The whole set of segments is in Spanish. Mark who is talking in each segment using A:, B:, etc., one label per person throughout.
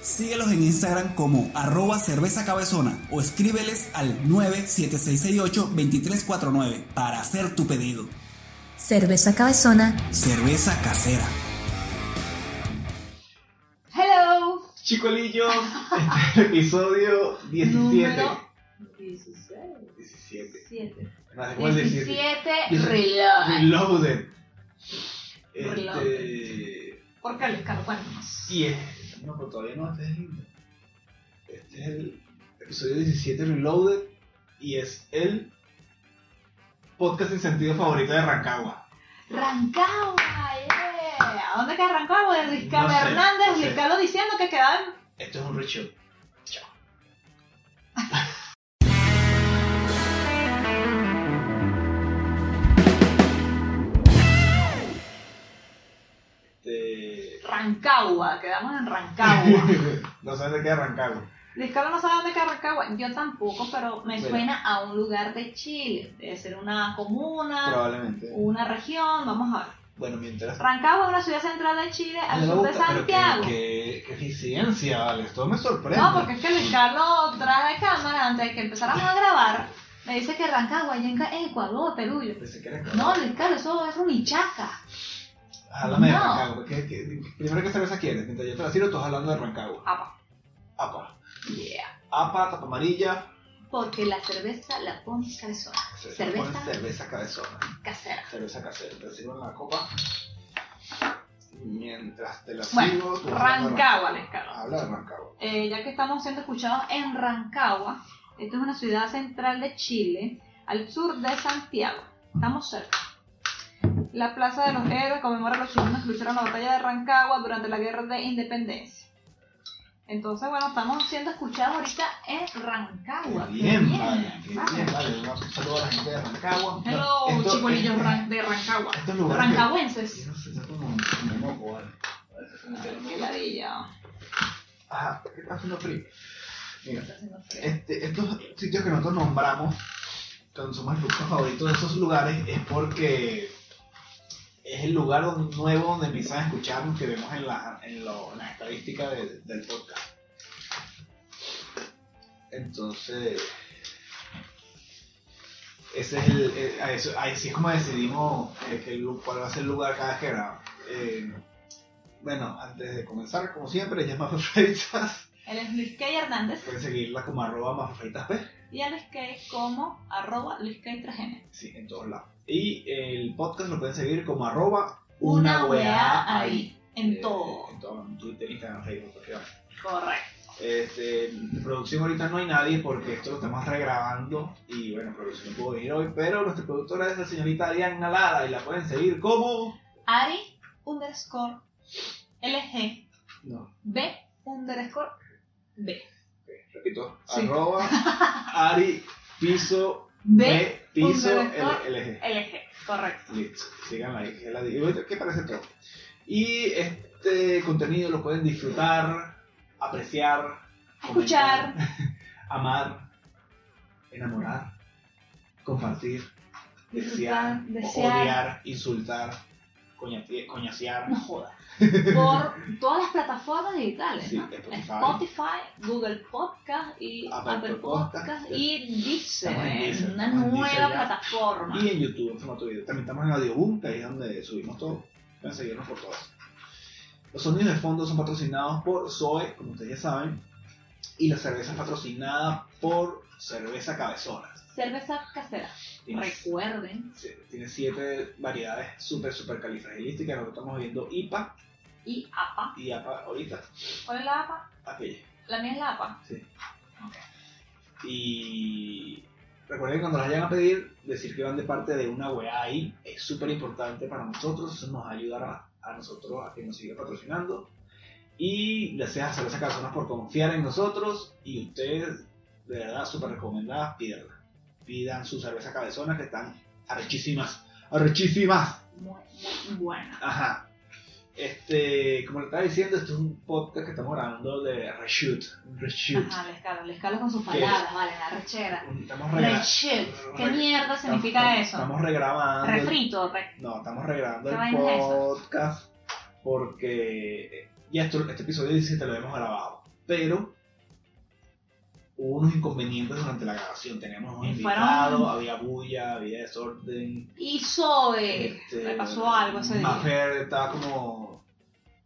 A: Síguelos en Instagram como arroba cerveza cabezona o escríbeles al 97668-2349 para hacer tu pedido.
B: Cerveza Cabezona.
A: Cerveza casera.
C: Hello.
D: Chicolillo, este es el episodio 17.
C: Número 17.
D: 17.
C: 17.
D: Más igual 17.
C: reloj.
D: Reloaded.
C: Reloaded.
D: Este.
C: Por Carlos Carbuanos.
D: Y es. No, pero todavía no, este es el. Este es el episodio 17 Reloaded. Y es el podcast sin sentido favorito de Rancagua.
C: Rancagua, yeah. ¿A dónde queda Rancagua? De Ricardo
D: No sé,
C: Hernández,
D: no sé.
C: Ricardo diciendo que quedaban.
D: Esto es un ritual. Chao. Este.
C: Rancagua, quedamos en Rancagua.
D: no sé dónde queda Rancagua.
C: Ricardo no sabe dónde queda Rancagua, yo tampoco, pero me
D: Bueno.
C: suena a un lugar de Chile. Debe ser una comuna,
D: Probablemente.
C: una región, vamos a ver.
D: Bueno, mientras.
C: Rancagua es una ciudad central de Chile, al
D: Me
C: sur de
D: gusta, pero qué-
C: Santiago.
D: Qué, qué eficiencia, vale. Esto me sorprende.
C: No, porque es que Luis Carlos tras de cámara, antes de que empezáramos a grabar, me dice que Rancagua ya en Ca- en Ecuador, Perú. Yo,
D: Pensé que era-
C: No, Luis Carlos, eso es Rumichaca.
D: Háblame de
C: no.
D: Rancagua. ¿Qué- qué- primero, ¿qué cerveza quieres? Mientras yo te la sirvo, tú vas hablando de Rancagua.
C: Apa.
D: Apa.
C: Ah, Yeah.
D: Apa, tapa amarilla.
C: Porque la cerveza la pones cabezona, Cerveza.
D: Pones cerveza cabezona.
C: casera.
D: Cerveza casera. Te sirvo en la copa. Mientras te la
C: Bueno,
D: sirvo, tú vas hablando de
C: Rancagua, Luis Carlos.
D: Habla de Rancagua.
C: Eh, ya que estamos siendo escuchados en Rancagua, esta es una ciudad central de Chile, al sur de Santiago. Estamos cerca. La Plaza de los Héroes conmemora a los chilenos que lucharon la batalla de Rancagua durante la Guerra de Independencia. Entonces, bueno, estamos siendo escuchados ahorita en Rancagua.
D: Qué
C: Qué
D: bien, vale. Qué
C: vale.
D: bien, vale. Un saludo a la gente de Rancagua.
C: Hello,
D: Esto-
C: chibolillos
D: esto-
C: ran- de Rancagua.
D: Estos lugares. que-
C: Rancahuenses.
D: No sé, está como un moco, vale.
C: Qué ladilla.
D: Ajá, Ah, ¿qué está haciendo frío? Mira,
C: Está haciendo frío.
D: este, estos sitios que nosotros nombramos, cuando somos el grupo favorito de esos lugares, es porque es el lugar don- nuevo donde empiezan a escucharnos que vemos en, la, en, lo- en las estadísticas de- del podcast. Entonces, ese es el, eh, a eso- ahí sí es como decidimos eh, que el, lu- cuál va a ser el lugar cada vez que grabamos. Eh, bueno, antes de comenzar, como siempre, llama a Freitas.
C: Él es Luis Kay Hernández
D: Pueden seguirla como arroba más Freitas P.
C: y a Luis Kay como arroba Luis Kay Trajene.
D: Sí, en todos lados. Y el podcast lo pueden seguir como arroba
C: Una
D: weá
C: weá ahí, en
D: Eh,
C: todo.
D: En todo, en Twitter, Instagram, Facebook, cualquiera.
C: Correcto.
D: Este, en producción ahorita no hay nadie porque esto lo estamos regrabando y bueno, producción no pudo venir hoy, pero nuestra productora es la señorita Diana Lara y la pueden seguir como...
C: Ari underscore LG
D: No,
C: B underscore B.
D: repito,
C: Sí.
D: arroba Ari Piso
C: B
D: B Piso
C: underscore.
D: LG.
C: LG, correcto.
D: Listo, síganla ahí, que la digo, ¿qué parece todo? Y este contenido lo pueden disfrutar, apreciar,
C: Escuchar.
D: comentar, amar, enamorar, compartir,
C: Disfrutar,
D: desear,
C: desear.
D: odiar, insultar, coñacie- coñacear.
C: No jodas. Por todas las plataformas digitales.
D: Sí,
C: ¿no?
D: Spotify.
C: Google Podcast y
D: Apple
C: Apple,
D: Podcast,
C: Podcast, y Deezer.
D: Estamos en Deezer,
C: Una
D: estamos en
C: nueva
D: Deezer ya.
C: plataforma.
D: Y en YouTube, en formato video. También estamos en Audioboom, que ahí es donde subimos todo. Pueden seguirnos por todas. Los sonidos de fondo son patrocinados por Zoe, como ustedes ya saben. Y la cerveza es patrocinada por Cerveza Cabezona.
C: Cerveza casera.
D: Tiene,
C: Recuerden,
D: sí, tiene siete variedades súper, súper califragilísticas. Nosotros estamos viendo IPA
C: y APA.
D: y APA ahorita.
C: ¿Cuál es la APA?
D: Aquella.
C: La mía es la APA.
D: Y recuerden que cuando las vayan a pedir, decir que van de parte de una weá ahí es súper importante para nosotros. Eso nos ayudará a nosotros a que nos siga patrocinando. Y gracias a Cerveza Cabezonas por confiar en nosotros. Y ustedes, de verdad, súper recomendadas, pídanla. Pidan su cerveza cabezona que están arrechísimas. ¡Arrechísimas!
C: Muy, muy buena.
D: Ajá. Este, como le estaba diciendo, esto es un podcast que estamos grabando de reshoot. Reshoot.
C: Ajá, les calo, les calo con sus palabras, vale, la rechera.
D: Estamos regra-
C: Rechit. ¿Qué
D: re-
C: mierda
D: estamos-
C: significa
D: estamos-
C: eso?
D: Estamos regrabando. el-
C: Refrito, re-
D: No, estamos regrabando
C: ¿Qué
D: el
C: vaina es eso?
D: podcast porque eh, ya esto- este episodio 17 lo hemos grabado, pero hubo unos inconvenientes durante la grabación. Teníamos un
C: Y
D: invitado,
C: fueron-
D: había bulla, había desorden.
C: Y Zoe.
D: este,
C: Eh, le pasó algo ese día.
D: Maffer estaba como.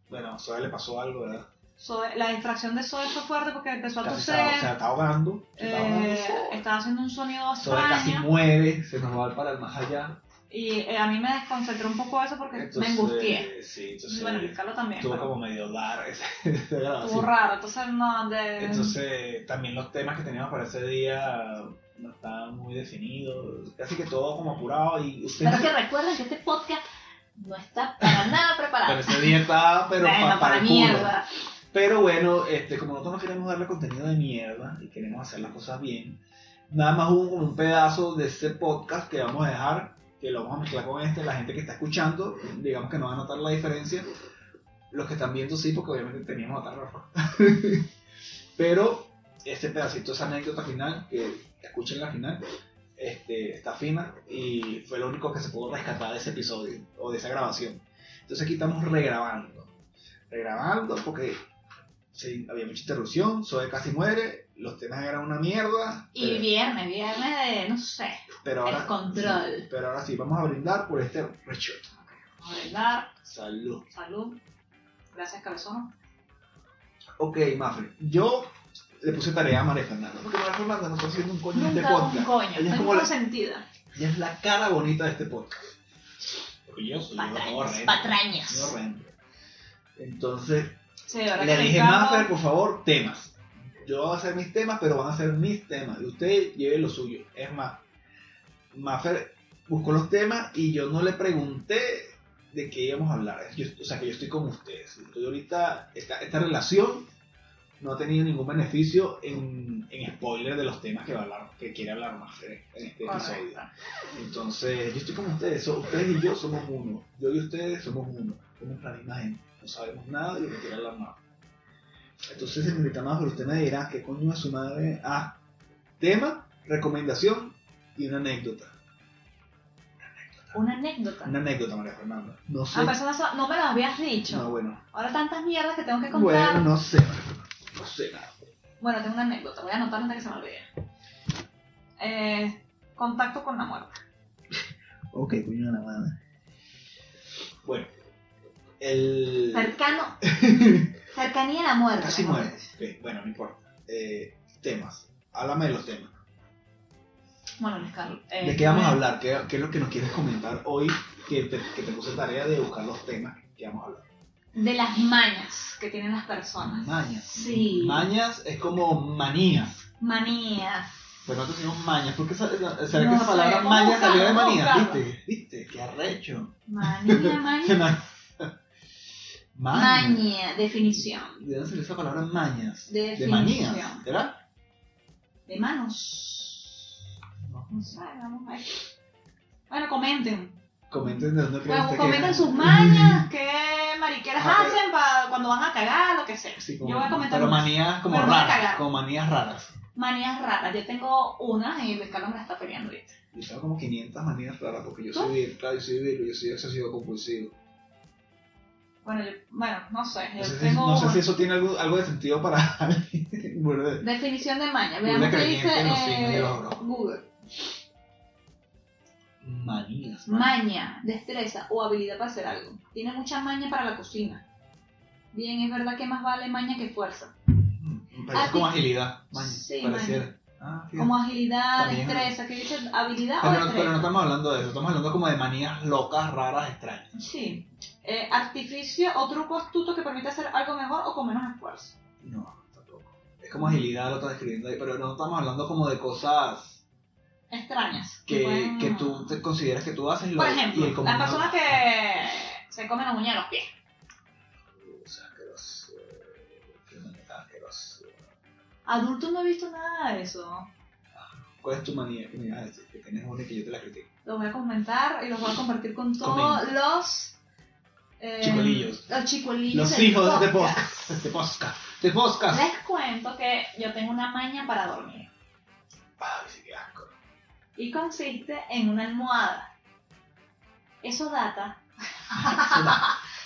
D: Bueno, a Zoe le pasó algo, ¿verdad?
C: Zoe- La distracción de Zoe fue fuerte porque empezó a
D: Casi estaba- o sea,
C: toser.
D: está ahogando. se está ahogando.
C: eh, estaba haciendo un sonido
D: Zoe casi
C: extraño.
D: muere, se nos va para el más allá.
C: Y eh, a mí me desconcentró un poco eso porque me
D: Entonces,
C: angustié.
D: Sí, entonces.
C: Y bueno, el Carlos también.
D: Estuvo
C: pero
D: como medio dar ese, esa grabación.
C: Estuvo raro, ¿eh? entonces no. De...
D: Entonces, también los temas que teníamos para ese día no estaban muy definidos, casi que todo como apurado y usted...
C: Pero es que recuerden que este podcast no está para nada preparado.
D: Pero ese día estaba, pero
C: Bueno,
D: pa- para
C: para
D: el culo.
C: mierda.
D: Pero bueno, este, como nosotros no queremos darle contenido de mierda y queremos hacer las cosas bien, nada más hubo como un pedazo de este podcast que vamos a dejar, que lo vamos a mezclar con este, la gente que está escuchando, digamos que no va a notar la diferencia, los que están viendo sí, porque obviamente teníamos a ropa. Pero este pedacito, esa anécdota final, que escuchen la final, este, está fina y fue lo único que se pudo rescatar de ese episodio o de esa grabación. Entonces aquí estamos regrabando. Regrabando porque sí, había mucha interrupción, Zoe casi muere, los temas eran una mierda.
C: Y
D: pero-
C: viernes, viernes de, no sé,
D: pero ahora,
C: el control.
D: sí, pero ahora sí, vamos a brindar por este rechute.
C: Vamos a brindar,
D: Salud.
C: salud. Gracias, cabezón.
D: Ok, Mafre, yo le puse tarea a María Fernanda, porque María Fernanda no está haciendo un coño de este
C: Nunca un
D: podcast.
C: coño,
D: Ella es
C: estoy
D: como la-
C: consentida.
D: Ella es la cara bonita de este podcast. Porque yo soy
C: Patrañas,
D: Yo
C: patrañas.
D: horrendo. Entonces,
C: Sí, de verdad
D: le
C: que
D: dije,
C: el Carlos-
D: Maffer, por favor, temas. Yo voy a hacer mis temas, pero van a ser mis temas. Y usted lleve lo suyo. Es más, Maffer buscó los temas y yo no le pregunté de qué íbamos a hablar. Yo- o sea, que yo estoy con ustedes. Estoy ahorita, esta, esta relación no ha tenido ningún beneficio en, en spoiler de los temas que va a hablar, que quiere hablar Maffer en este episodio.
C: Correcto.
D: Entonces, yo estoy como ustedes, so- ustedes y yo somos uno. Yo y ustedes somos uno. Somos la misma gente. No sabemos nada y lo que quiere hablar más. Entonces, señorita más, pero usted me dirá qué coño a su madre. Ah, tema, recomendación y una anécdota.
C: Una anécdota.
D: Una anécdota, María Fernanda. No
C: Ah,
D: sé.
C: pero eso no, so- no me lo habías dicho.
D: no, bueno.
C: Ahora tantas mierdas que tengo que contar.
D: Bueno,
C: Bueno,
D: no sé, María Fernanda. No sé nada.
C: tengo una anécdota, voy a anotar antes de que se me olvide. Eh, contacto con la muerte.
D: Ok, coño de la madre. Bueno. El.
C: Cercano. cercanía a la muerte.
D: Casi
C: ¿no?
D: muere. Ok, bueno, no importa. Eh, temas. Háblame de los temas.
C: Bueno, Luis Carlos. eh,
D: ¿De qué vamos a hablar? ¿Qué, qué es lo que nos quieres comentar hoy que te, que te puse tarea de buscar los temas que vamos a hablar?
C: De las mañas que tienen las personas.
D: Mañas.
C: Ah, Sí.
D: Mañas es como manías.
C: Manías.
D: Pero nosotros decimos mañas. ¿Por qué sa- será
C: No
D: que esa
C: sé,
D: palabra
C: vamos
D: maña
C: a buscarlo,
D: salió de
C: vamos a
D: manías?
C: buscarlo.
D: ¿Viste? ¿Viste? ¿Qué arrecho?
C: Manía,
D: Se
C: maña.
D: me- Maña.
C: Maña, definición.
D: ¿De dónde salió esa palabra mañas?
C: De
D: De
C: definición.
D: manías. ¿Verdad?
C: De manos.
D: No.
C: No sé, vamos a ver. Bueno, comenten.
D: Comenten de dónde
C: Bueno,
D: crees Este que
C: comenten
D: era.
C: sus mañas, qué mariqueras
D: Ah, pero-
C: hacen pa- cuando van a cagar, lo que sea.
D: Sí, como-
C: Yo voy a comentar
D: Pero
C: unas.
D: manías como
C: Pero voy a
D: raras.
C: cagar.
D: Como manías raras.
C: manías raras. Yo tengo una y Luis Carlos me la está peleando ahorita.
D: Yo tengo como 500 manías raras porque yo
C: ¿Tú?
D: soy bien, claro, yo soy bien, yo soy obsesivo compulsivo.
C: Bueno, yo- bueno, no sé. Yo
D: No sé, si,
C: tengo
D: no sé
C: una.
D: si eso tiene algo, algo de sentido para alguien. Bueno, de-
C: Definición de maña.
D: Una
C: Veamos qué dice
D: creyente en los signos Ah. de
C: eh,
D: los horóscopos.
C: Google.
D: manías. man.
C: Maña, destreza o habilidad para hacer algo. Tiene mucha maña para la cocina. Bien, es verdad que más vale maña que fuerza.
D: Mm, Parece
C: Ah,
D: como
C: sí.
D: agilidad. Man,
C: Sí,
D: pareciera. Ah, fíjate.
C: Como agilidad,
D: También.
C: destreza. ¿Qué dice? ¿Habilidad o
D: pero, no,
C: destreza?
D: pero no estamos hablando de eso, estamos hablando como de manías locas, raras, extrañas.
C: Sí. Eh, artificio o truco astuto que permite hacer algo mejor o con menos esfuerzo.
D: No, tampoco. Es como agilidad lo estás describiendo ahí, pero no estamos hablando como de cosas
C: Extrañas.
D: que,
C: pueden-
D: que tú te consideras que tú haces y lo
C: Por
D: y el
C: ejemplo,
D: común
C: las
D: no-
C: personas que se comen la uña de los pies.
D: O sea, que los, eh,
C: Adulto no he visto nada de eso.
D: ¿Cuál es tu manía que me vas a decir? Que tienes una y que yo te la critico.
C: Los voy a comentar y los voy a compartir con todos
D: Comenta.
C: los. eh,
D: Chicuelillos.
C: Los chicuelillos.
D: Los
C: del
D: hijos de
C: podcast.
D: podcast. De podcast. De podcast.
C: Les cuento que yo tengo una maña para dormir.
D: Ay, sí, qué asco.
C: Y consiste en una almohada. Eso data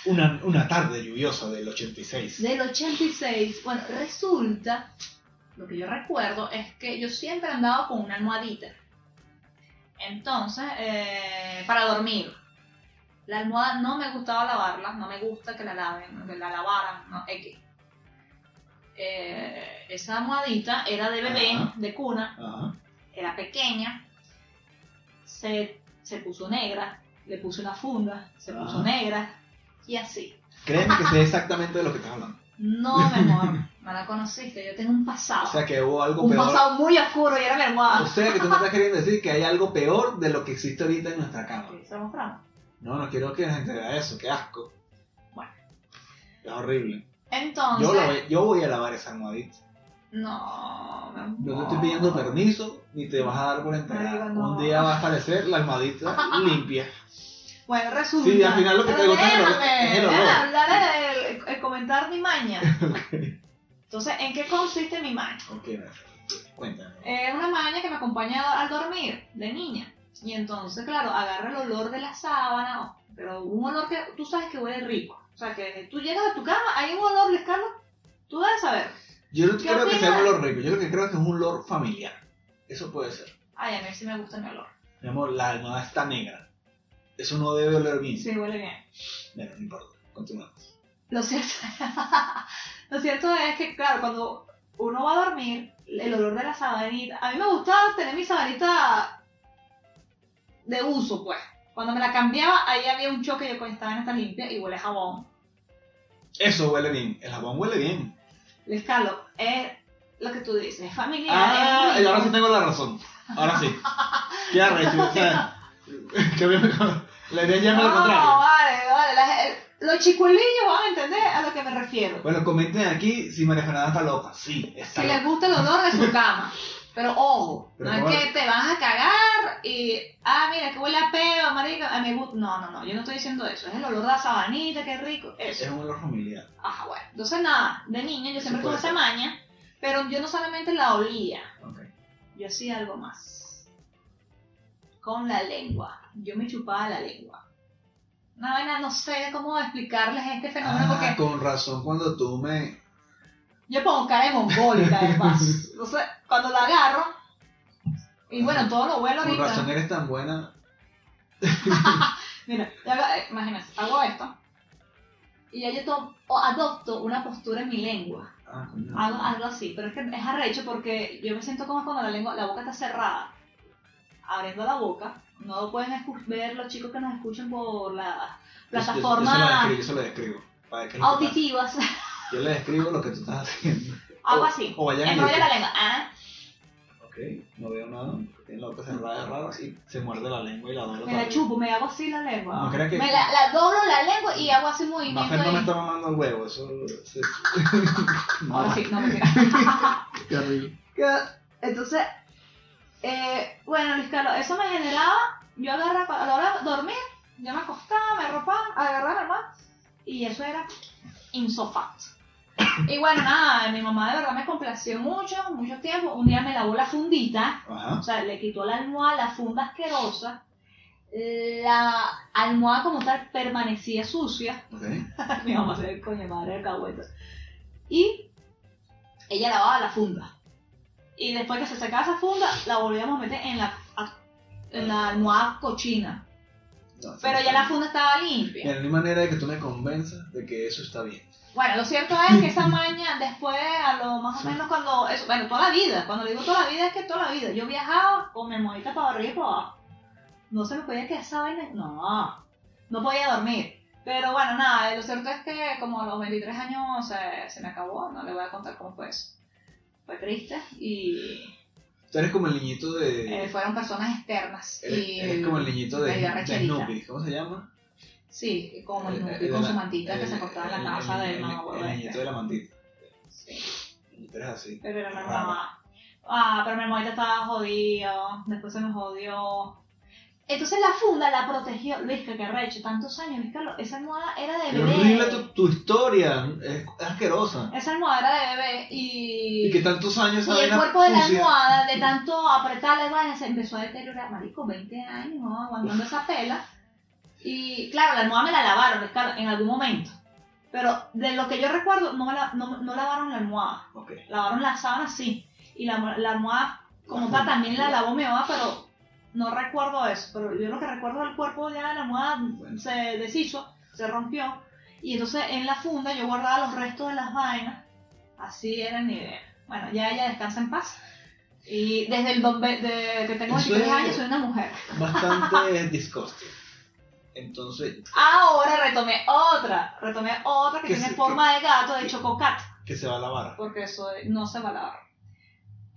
D: Una, una tarde lluviosa del 86.
C: del 86. Bueno, resulta, lo que yo recuerdo es que yo siempre andaba con una almohadita. Entonces, eh, para dormir. La almohada no me gustaba lavarla, no me gusta que la laven, que la lavaran, no, X. Eh, esa almohadita era de bebé,
D: Ajá.
C: de cuna,
D: Ajá.
C: era pequeña, se, se puso negra, le puse una funda, se
D: Ah.
C: puso negra y así.
D: Créeme que sé exactamente de lo que estás hablando.
C: No, mi amor, no la conociste, yo tengo un pasado.
D: O sea que hubo algo
C: un
D: peor.
C: pasado muy oscuro y era mi
D: O
C: hermana.
D: sea que tú me estás queriendo decir que hay algo peor de lo que existe ahorita en nuestra cama.
C: Sí, Somos francos.
D: No, no quiero que la gente vea eso, qué asco.
C: Bueno.
D: Es horrible.
C: Entonces,
D: Yo, lo voy, yo voy a lavar esa almohadita.
C: no, mi amor.
D: No te estoy pidiendo permiso ni te vas a dar por enterada.
C: Marico, Ah. no.
D: Un día va a aparecer la almohadita limpia.
C: Bueno, resulta.
D: Sí, al final lo que te gusta es el olor-
C: Déjame,
D: es el olor.
C: déjame hablar el, el comentar mi maña. Entonces, ¿en qué consiste mi maña?
D: Ok, Rafa, cuéntame.
C: Es una maña que me acompaña al dormir, de niña. Y entonces, claro, agarra el olor de la sábana, pero un olor que tú sabes que huele rico. O sea, que tú llegas a tu cama, hay un olor, Luis Carlos, tú debes saber.
D: Yo no
C: ¿Qué
D: creo que sea un
C: opinas?
D: olor rico, yo lo que creo es que es un olor familiar. Eso puede ser.
C: Ay, a mí sí me gusta mi olor.
D: Mi amor, la almohada está negra. Eso no debe oler bien.
C: Sí, huele bien.
D: Bueno, no importa. Continuamos.
C: Lo cierto, lo cierto es que, claro, cuando uno va a dormir, el olor de la sabanita... A mí me gustaba tener mi sabanita de uso, pues. Cuando me la cambiaba, ahí había un choque, yo coño, esta vaina está limpia y huele a jabón.
D: Eso huele bien. El jabón huele bien.
C: Les Carlos, es lo que tú dices, es familiar.
D: Ah,
C: es
D: y
C: rico.
D: ahora sí tengo la razón. Ahora sí. Qué arrecho. O sea, que me- la idea ya me lo
C: No,
D: contrario.
C: vale, vale. la- eh, los chicuelillos van a entender a lo que me refiero.
D: Bueno, comenten aquí si María Fernanda está loca. Sí, está
C: Si les
D: loca.
C: gusta el olor de su cama. Pero ojo,
D: Pero
C: no
D: ¿cómo?
C: es que te vas a cagar y. Ah, mira, que huele a pedo, marica. A mi gu- No, no, no, yo no estoy diciendo eso. Es el olor de la sabanita, qué rico. Eso.
D: Es un olor familiar.
C: Ajá, bueno. Entonces, nada, de niña yo siempre
D: puede
C: tuve esa
D: ser.
C: maña, pero yo no solamente la olía.
D: Ok.
C: Yo hacía algo más. Con la lengua. Yo me chupaba la lengua. Una vaina, no sé cómo explicarles este fenómeno
D: Ah,
C: porque
D: con razón cuando tú me...
C: yo pongo cara de mongólica además. Entonces, cuando la agarro, y bueno, todo lo vuelo
D: Con razón ¿eh?
C: ahorita.
D: eres tan buena.
C: Mira, yo hago- eh, imagínense, hago esto. Y ya yo to- o adopto una postura en mi lengua.
D: Ah, coño.
C: Algo, algo así, pero es que es arrecho porque yo me siento como cuando la lengua, la boca está cerrada, abriendo la boca, no lo pueden escu- ver los chicos que nos escuchan por la
D: Yo- yo-
C: plataforma Ah,
D: Yo, se lo describo, yo se lo describo. Para que lo sepas.
C: auditivas,
D: yo le describo lo que tú estás haciendo.
C: algo
D: O-
C: así.
D: O vayan a
C: Enrolla la
D: YouTube.
C: lengua, ¿ah?
D: Ok, no veo nada. porque Tiene la boca cerrada raro y se muerde la lengua y la dobla.
C: me la
D: para
C: chupo, me hago así la lengua.
D: No, creo que-
C: Me la, la doblo la lengua y hago así un movimiento.
D: Mafer no
C: ahí.
D: me está mamando el huevo, eso. eso- No,
C: Ahora sí, no me
D: qué horrible.
C: que- Entonces, eh, bueno, Luis Carlos, eso me generaba, yo agarraba, a la hora de dormir, yo me acostaba, me arropaba, agarraba más, y eso era insofat. Y bueno, nada, mi mamá de verdad me complació mucho, mucho tiempo. Un día me lavó la fundita, o
D: Ajá.
C: sea, le quitó la almohada, la funda asquerosa. La almohada como tal permanecía sucia
D: Ok.
C: mi mamá se ve con mi madre alcahueta. Y ella lavaba la funda. Y después que se sacaba esa funda, la volvíamos a meter en la, a- en la almohada cochina.
D: No,
C: Pero
D: sí,
C: ya
D: sí.
C: la funda estaba limpia.
D: Mira, no hay manera de que tú me convenzas de que eso está bien.
C: Bueno, lo cierto es que esa maña, después, a lo más o menos cuando. eso- bueno, toda la vida. Cuando le digo toda la vida, es que toda la vida. Yo viajaba con mi almohadita para arriba y para abajo. No se me podía quedar esa vaina. No. No podía dormir. Pero bueno, nada, eh, lo cierto es que como a los 23 años se, se me acabó. No le voy a contar cómo fue eso. Fue triste y.
D: Tú eres como el niñito
C: eh,
D: de.
C: fueron personas externas.
D: Eres,
C: y,
D: eres como el niñito de,
C: medio
D: de
C: arrecherita.
D: Snoopy. ¿Cómo se llama?
C: Sí, como el,
D: Eh, eh,
C: Snoopy con
D: de
C: su
D: la-
C: mantita que
D: el-
C: se acostaba en
D: el-
C: la casa
D: el-
C: de
D: el-
C: mamá
D: El niñito de la mantita.
C: Sí.
D: Niñito historias así.
C: Pero era mi
D: Ajá.
C: mamá. Ah, pero mi hermanita estaba jodido. Después se me jodió. Entonces la funda la protegió. Luis, que arrecho, tantos años. Luis, que lo- esa almohada era de
D: Qué
C: bebé.
D: horrible tu, tu historia, es asquerosa.
C: Esa almohada era de bebé y.
D: Y que tantos años esa
C: y el
D: vaina
C: cuerpo de la
D: sucia.
C: almohada, de tanto apretarle, vaina, se empezó a deteriorar. Marico, 20 años ¿no? aguantando esa pela. Y claro, la almohada me la lavaron, Luis Carlos, en algún momento. Pero de lo que yo recuerdo, no, me la- no- no lavaron la almohada.
D: Ok.
C: lavaron la sábana sí y la, la almohada como tal también la lavó mi mamá pero no recuerdo eso pero yo lo que recuerdo del cuerpo ya de la almohada mm,
D: Bueno.
C: se deshizo se rompió y entonces en la funda yo guardaba los restos de las vainas así era mi idea bueno ya ella descansa en paz y desde el dos ve- de, que tengo
D: Eso
C: 23
D: es-
C: años soy una mujer
D: Bastante disgusting. Entonces,
C: ahora retomé otra retomé otra que
D: Que
C: tiene
D: se-
C: forma de gato de chococat
D: que se va a lavar.
C: porque eso no se va a lavar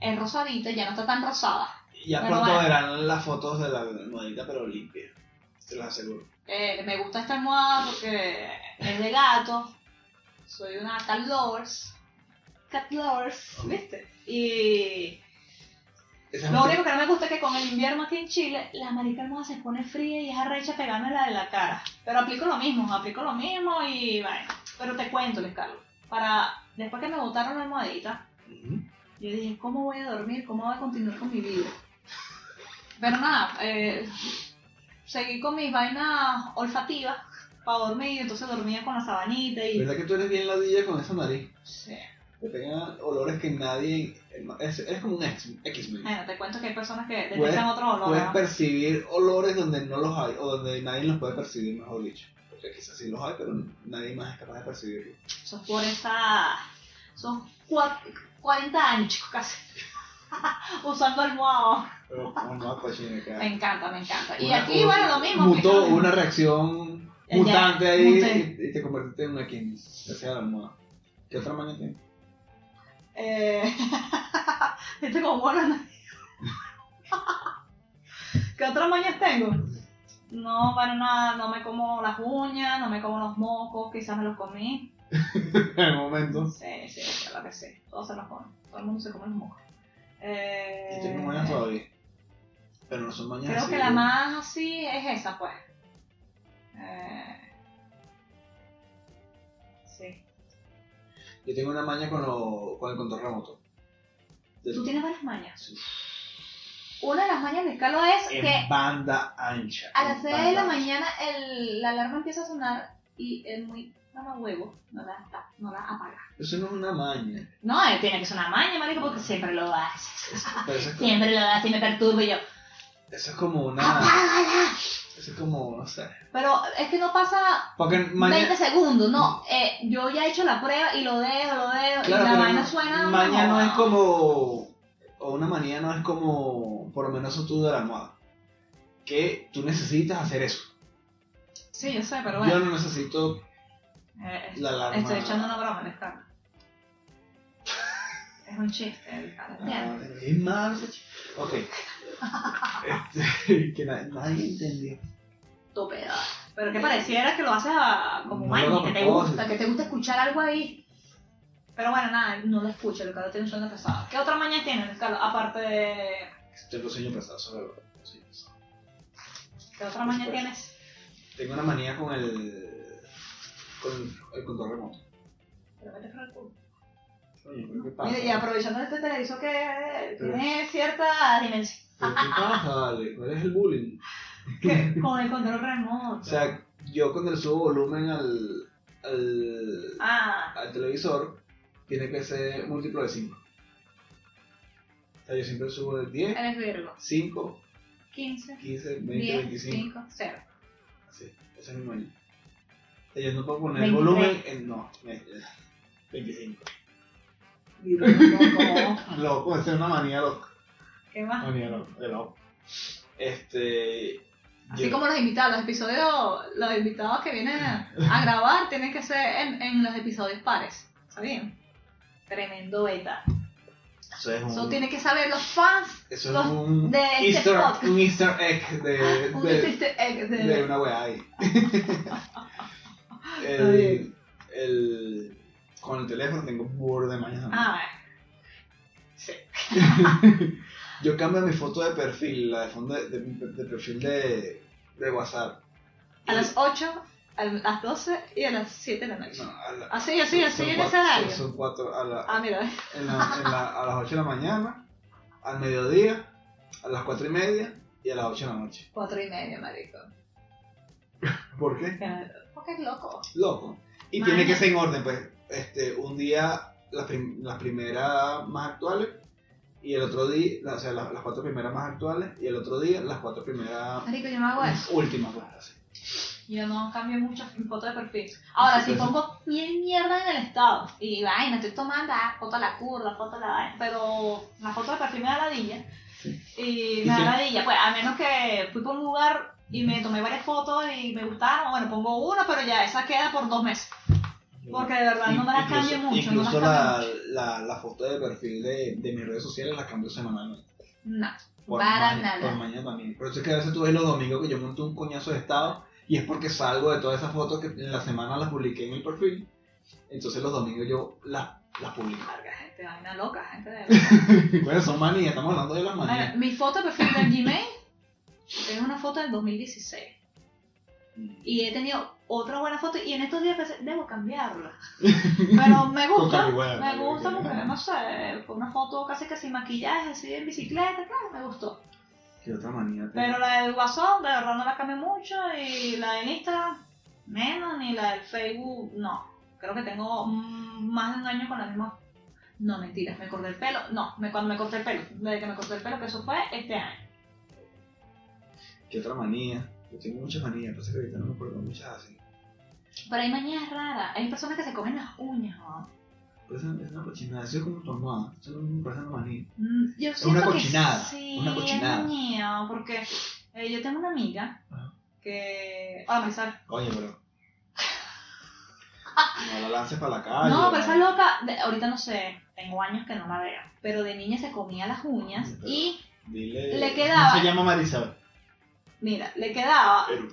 C: es rosadita ya no está tan rosada
D: Ya
C: Pero
D: pronto
C: bueno.
D: verán las fotos de la almohadita, pero limpia. Te las aseguro.
C: Eh, me gusta esta almohada porque es de gato. Soy una cat lovers. Cat lovers, ¿viste? Y
D: Esa es
C: lo
D: mi-
C: único que no me gusta es que con el invierno aquí en Chile, la marica almohada se pone fría y es arrecha pegándola de la cara. Pero aplico lo mismo, aplico lo mismo y bueno. Pero te cuento, les Carlos. Para, después que me botaron la almohadita,
D: Ujú.
C: yo dije, ¿cómo voy a dormir? ¿Cómo voy a continuar con mi vida? Pero nada, eh, seguí con mis vainas olfativas para dormir, entonces dormía con la sabanita y...
D: ¿Verdad que tú eres bien ladilla con esa nariz?
C: Sí.
D: Te pegan olores que nadie. Es, es como un X- X-Men.
C: Bueno, te cuento que hay personas que detectan
D: Puedes-
C: otro olor.
D: Puedes
C: ¿no?
D: percibir olores donde no los hay, o donde nadie los puede percibir, mejor dicho. Porque quizás sí los hay, pero nadie más es capaz de percibirlos.
C: Sos por esa... Sos cua- 40 años, chicos, casi. Usando almohada.
D: Pero bueno, no, cochina, que-
C: Me encanta, me encanta. Y
D: una-
C: aquí,
D: un-
C: bueno, lo mismo.
D: Mutó
C: fíjate.
D: una reacción
C: Ya,
D: mutante ahí
C: muté.
D: y, y te convertiste en una quien gracias a la almohada. ¿Qué otra maña tienes?
C: Eh, este como bueno. ¿Qué otras mañas tengo? No, para nada, no me como las uñas, no me como los mocos, quizás me los comí.
D: en el momento.
C: Sí, sí, claro que sí, todos se los comen, todo el mundo se come los mocos. Eh,
D: Y tengo mañas todavía. Pero no son mañas
C: creo
D: así.
C: que la más así es esa, pues. Eh, sí.
D: Yo tengo una maña con, lo- con el control remoto. De-
C: Tú tienes varias mañas.
D: Sí.
C: Una de las mañas de Carlos es
D: En
C: que
D: banda ancha.
C: A
D: en
C: las 6 de
D: banda
C: la
D: ancha.
C: mañana el, la alarma empieza a sonar y es muy mamá huevo, no la, ta- no la apaga.
D: Eso no es una maña.
C: No, eh, tiene que sonar maña, marico, porque siempre lo haces.
D: Pero eso es como,
C: Siempre lo haces y me perturbo y yo,
D: eso es como una.
C: ¡apágala!
D: Eso es como, no sé.
C: Pero es que no pasa
D: Porque
C: 20
D: mañana.
C: segundos, no. Eh, yo ya he hecho la prueba y lo dejo, lo dejo, y la vaina suena.
D: Mañana no
C: no
D: es como. O una manía no es como. Por lo menos eso tú de la almohada. Que tú necesitas hacer eso.
C: Sí, yo sé, pero bueno.
D: Yo no necesito
C: eh,
D: la alarma.
C: estoy echando una broma, les cargo. Es un chiste, les cargo, ¿entiendes?
D: Ah, es más. Ok. Este, que na- nadie entendió.
C: estúpido. Pero que pareciera que lo haces a- como
D: No
C: maña,
D: lo
C: que te
D: propósito.
C: gusta, que te gusta escuchar algo ahí. Pero bueno, nada, no lo escucho, el Carlos tiene un sueño pesado. ¿Qué otra maña tienes, Carlos? Aparte de...
D: Tengo sueño pesado sobre Este, lo sí, sí.
C: ¿Qué otra maña
D: Pues,
C: tienes?
D: Tengo una manía con el. con el control remoto.
C: Pero vete por el culo.
D: Coño, ¿pero ¿qué pasa?
C: Mira, y aprovechando este televisor que
D: Pero-
C: tiene cierta dimensión.
D: ¿Pero ¿Qué pasa, Ale? ¿Cuál es el bullying?
C: que Con el control remoto.
D: O sea, yo cuando le subo volumen al. al,
C: Ah,
D: al televisor, tiene que ser múltiplo de 5. O sea, yo siempre subo de 10,
C: eres Virgo.
D: 5,
C: 15,
D: 15, 20,
C: 10,
D: 25.
C: 5, 0.
D: Sí, ese es mi mañana. O sea, yo no puedo poner el
C: 23.
D: volumen en. No, me- 25.
C: Virgo, loco.
D: Loco, esa es una manía loca.
C: ¿Qué más?
D: Manía loca, de loco. Este.
C: Así
D: yo-
C: como los invitados, los episodios, los invitados que vienen a grabar tienen que ser en, en los episodios pares. ¿Está bien? Tremendo beta.
D: Eso es un.
C: Eso tiene que saber los fans
D: eso es
C: los-
D: un.
C: de este
D: Easter,
C: podcast. Ah,
D: un Easter egg de.
C: un
D: de-
C: easter egg de-
D: Este de una weá ahí.
C: bien.
D: el, el, con el teléfono tengo burro de mañana.
C: Ah,
D: Yo cambio mi foto de perfil, la de fondo de, de- de perfil de, de WhatsApp.
C: A las 8, a las 12 y a las 7 de la noche.
D: No, a la-
C: Así, así, así
D: son
C: en ese
D: cuatro-
C: horario.
D: Son cuatro, a, la-
C: Ah, mira,
D: en la- en la- a las 8 de la mañana, al mediodía, a las 4 y media y a las 8 de la noche.
C: 4 y media, marico.
D: ¿Por qué?
C: Porque es loco.
D: Loco. Y
C: Madre.
D: tiene que ser en orden, pues. Este, un día las, prim- las primeras más actuales y el otro día, la- o sea, las, las cuatro primeras más actuales y el otro día las cuatro primeras
C: Marico, yo no hago eso.
D: últimas, pues, así.
C: Yo no cambio mucho mi foto de perfil. Ahora, si
D: Entonces-
C: pongo bien mierda en el estado y vaina, estoy tomando ah, foto a la curva, foto a la vaina, pero la foto de perfil me da ladilla.
D: Sí.
C: Y
D: ¿Y
C: me
D: qué?
C: da ladilla, pues a menos que fui por un lugar y me tomé varias fotos y me gustaron, bueno, pongo una, pero ya esa queda por dos meses. Porque de verdad no me las
D: Incluso-
C: cambio mucho. no me las
D: Incluso
C: cambio
D: la,
C: mucho.
D: la, la foto de perfil de, de mis redes sociales las cambio semanalmente.
C: No,
D: Por
C: para
D: maña-
C: nada.
D: Por mañana también. Por eso es que a veces tú ves los domingos que yo monto un coñazo de estado y es porque salgo de todas esas fotos que en la semana las publiqué en el perfil. Entonces los domingos yo las, las publico.
C: Verga, gente, vaina loca, gente de
D: Bueno, son manías, estamos hablando de las
C: Bueno,
D: manías.
C: mi foto de perfil del Gmail es una foto del 2016. Y he tenido otra buena foto y en estos días pensé, debo cambiarla. Pero me gusta,
D: Con carihuela,
C: me gusta
D: ¿no?
C: porque, no sé, fue una foto casi que sin maquillaje, así en bicicleta, claro, me gustó.
D: ¿Qué otra manía? tengo?
C: Pero la del WhatsApp, de verdad, no la cambié mucho y la del Instagram, menos, ni la del Facebook, no. Creo que tengo mm, más de un año con la misma... No, mentiras, me corté el pelo. No, me, cuando me corté el pelo, desde que me corté el pelo, que eso fue este año.
D: ¿Qué otra manía? Yo tengo muchas manías, pasa que ahorita no me acuerdo muchas así.
C: Pero hay manías raras. Hay personas que se comen las uñas, ¿no?
D: Pero eso es una cochinada, eso es como tu mamá, eso no me parece una manía.
C: Mm, Yo
D: Es
C: siento
D: una cochinada,
C: Que sí,
D: una cochinada.
C: Es manía, porque eh, yo tengo una amiga
D: Ajá.
C: que. Ah, Marisol.
D: Oye, pero. No la lances para la calle.
C: no, pero esa loca. de- ahorita no sé, tengo años que no la veo. Pero de niña se comía las uñas
D: Pero-
C: y,
D: Dile.
C: le quedaba.
D: No se llama Marisabel.
C: mira, le quedaba.
D: Pero.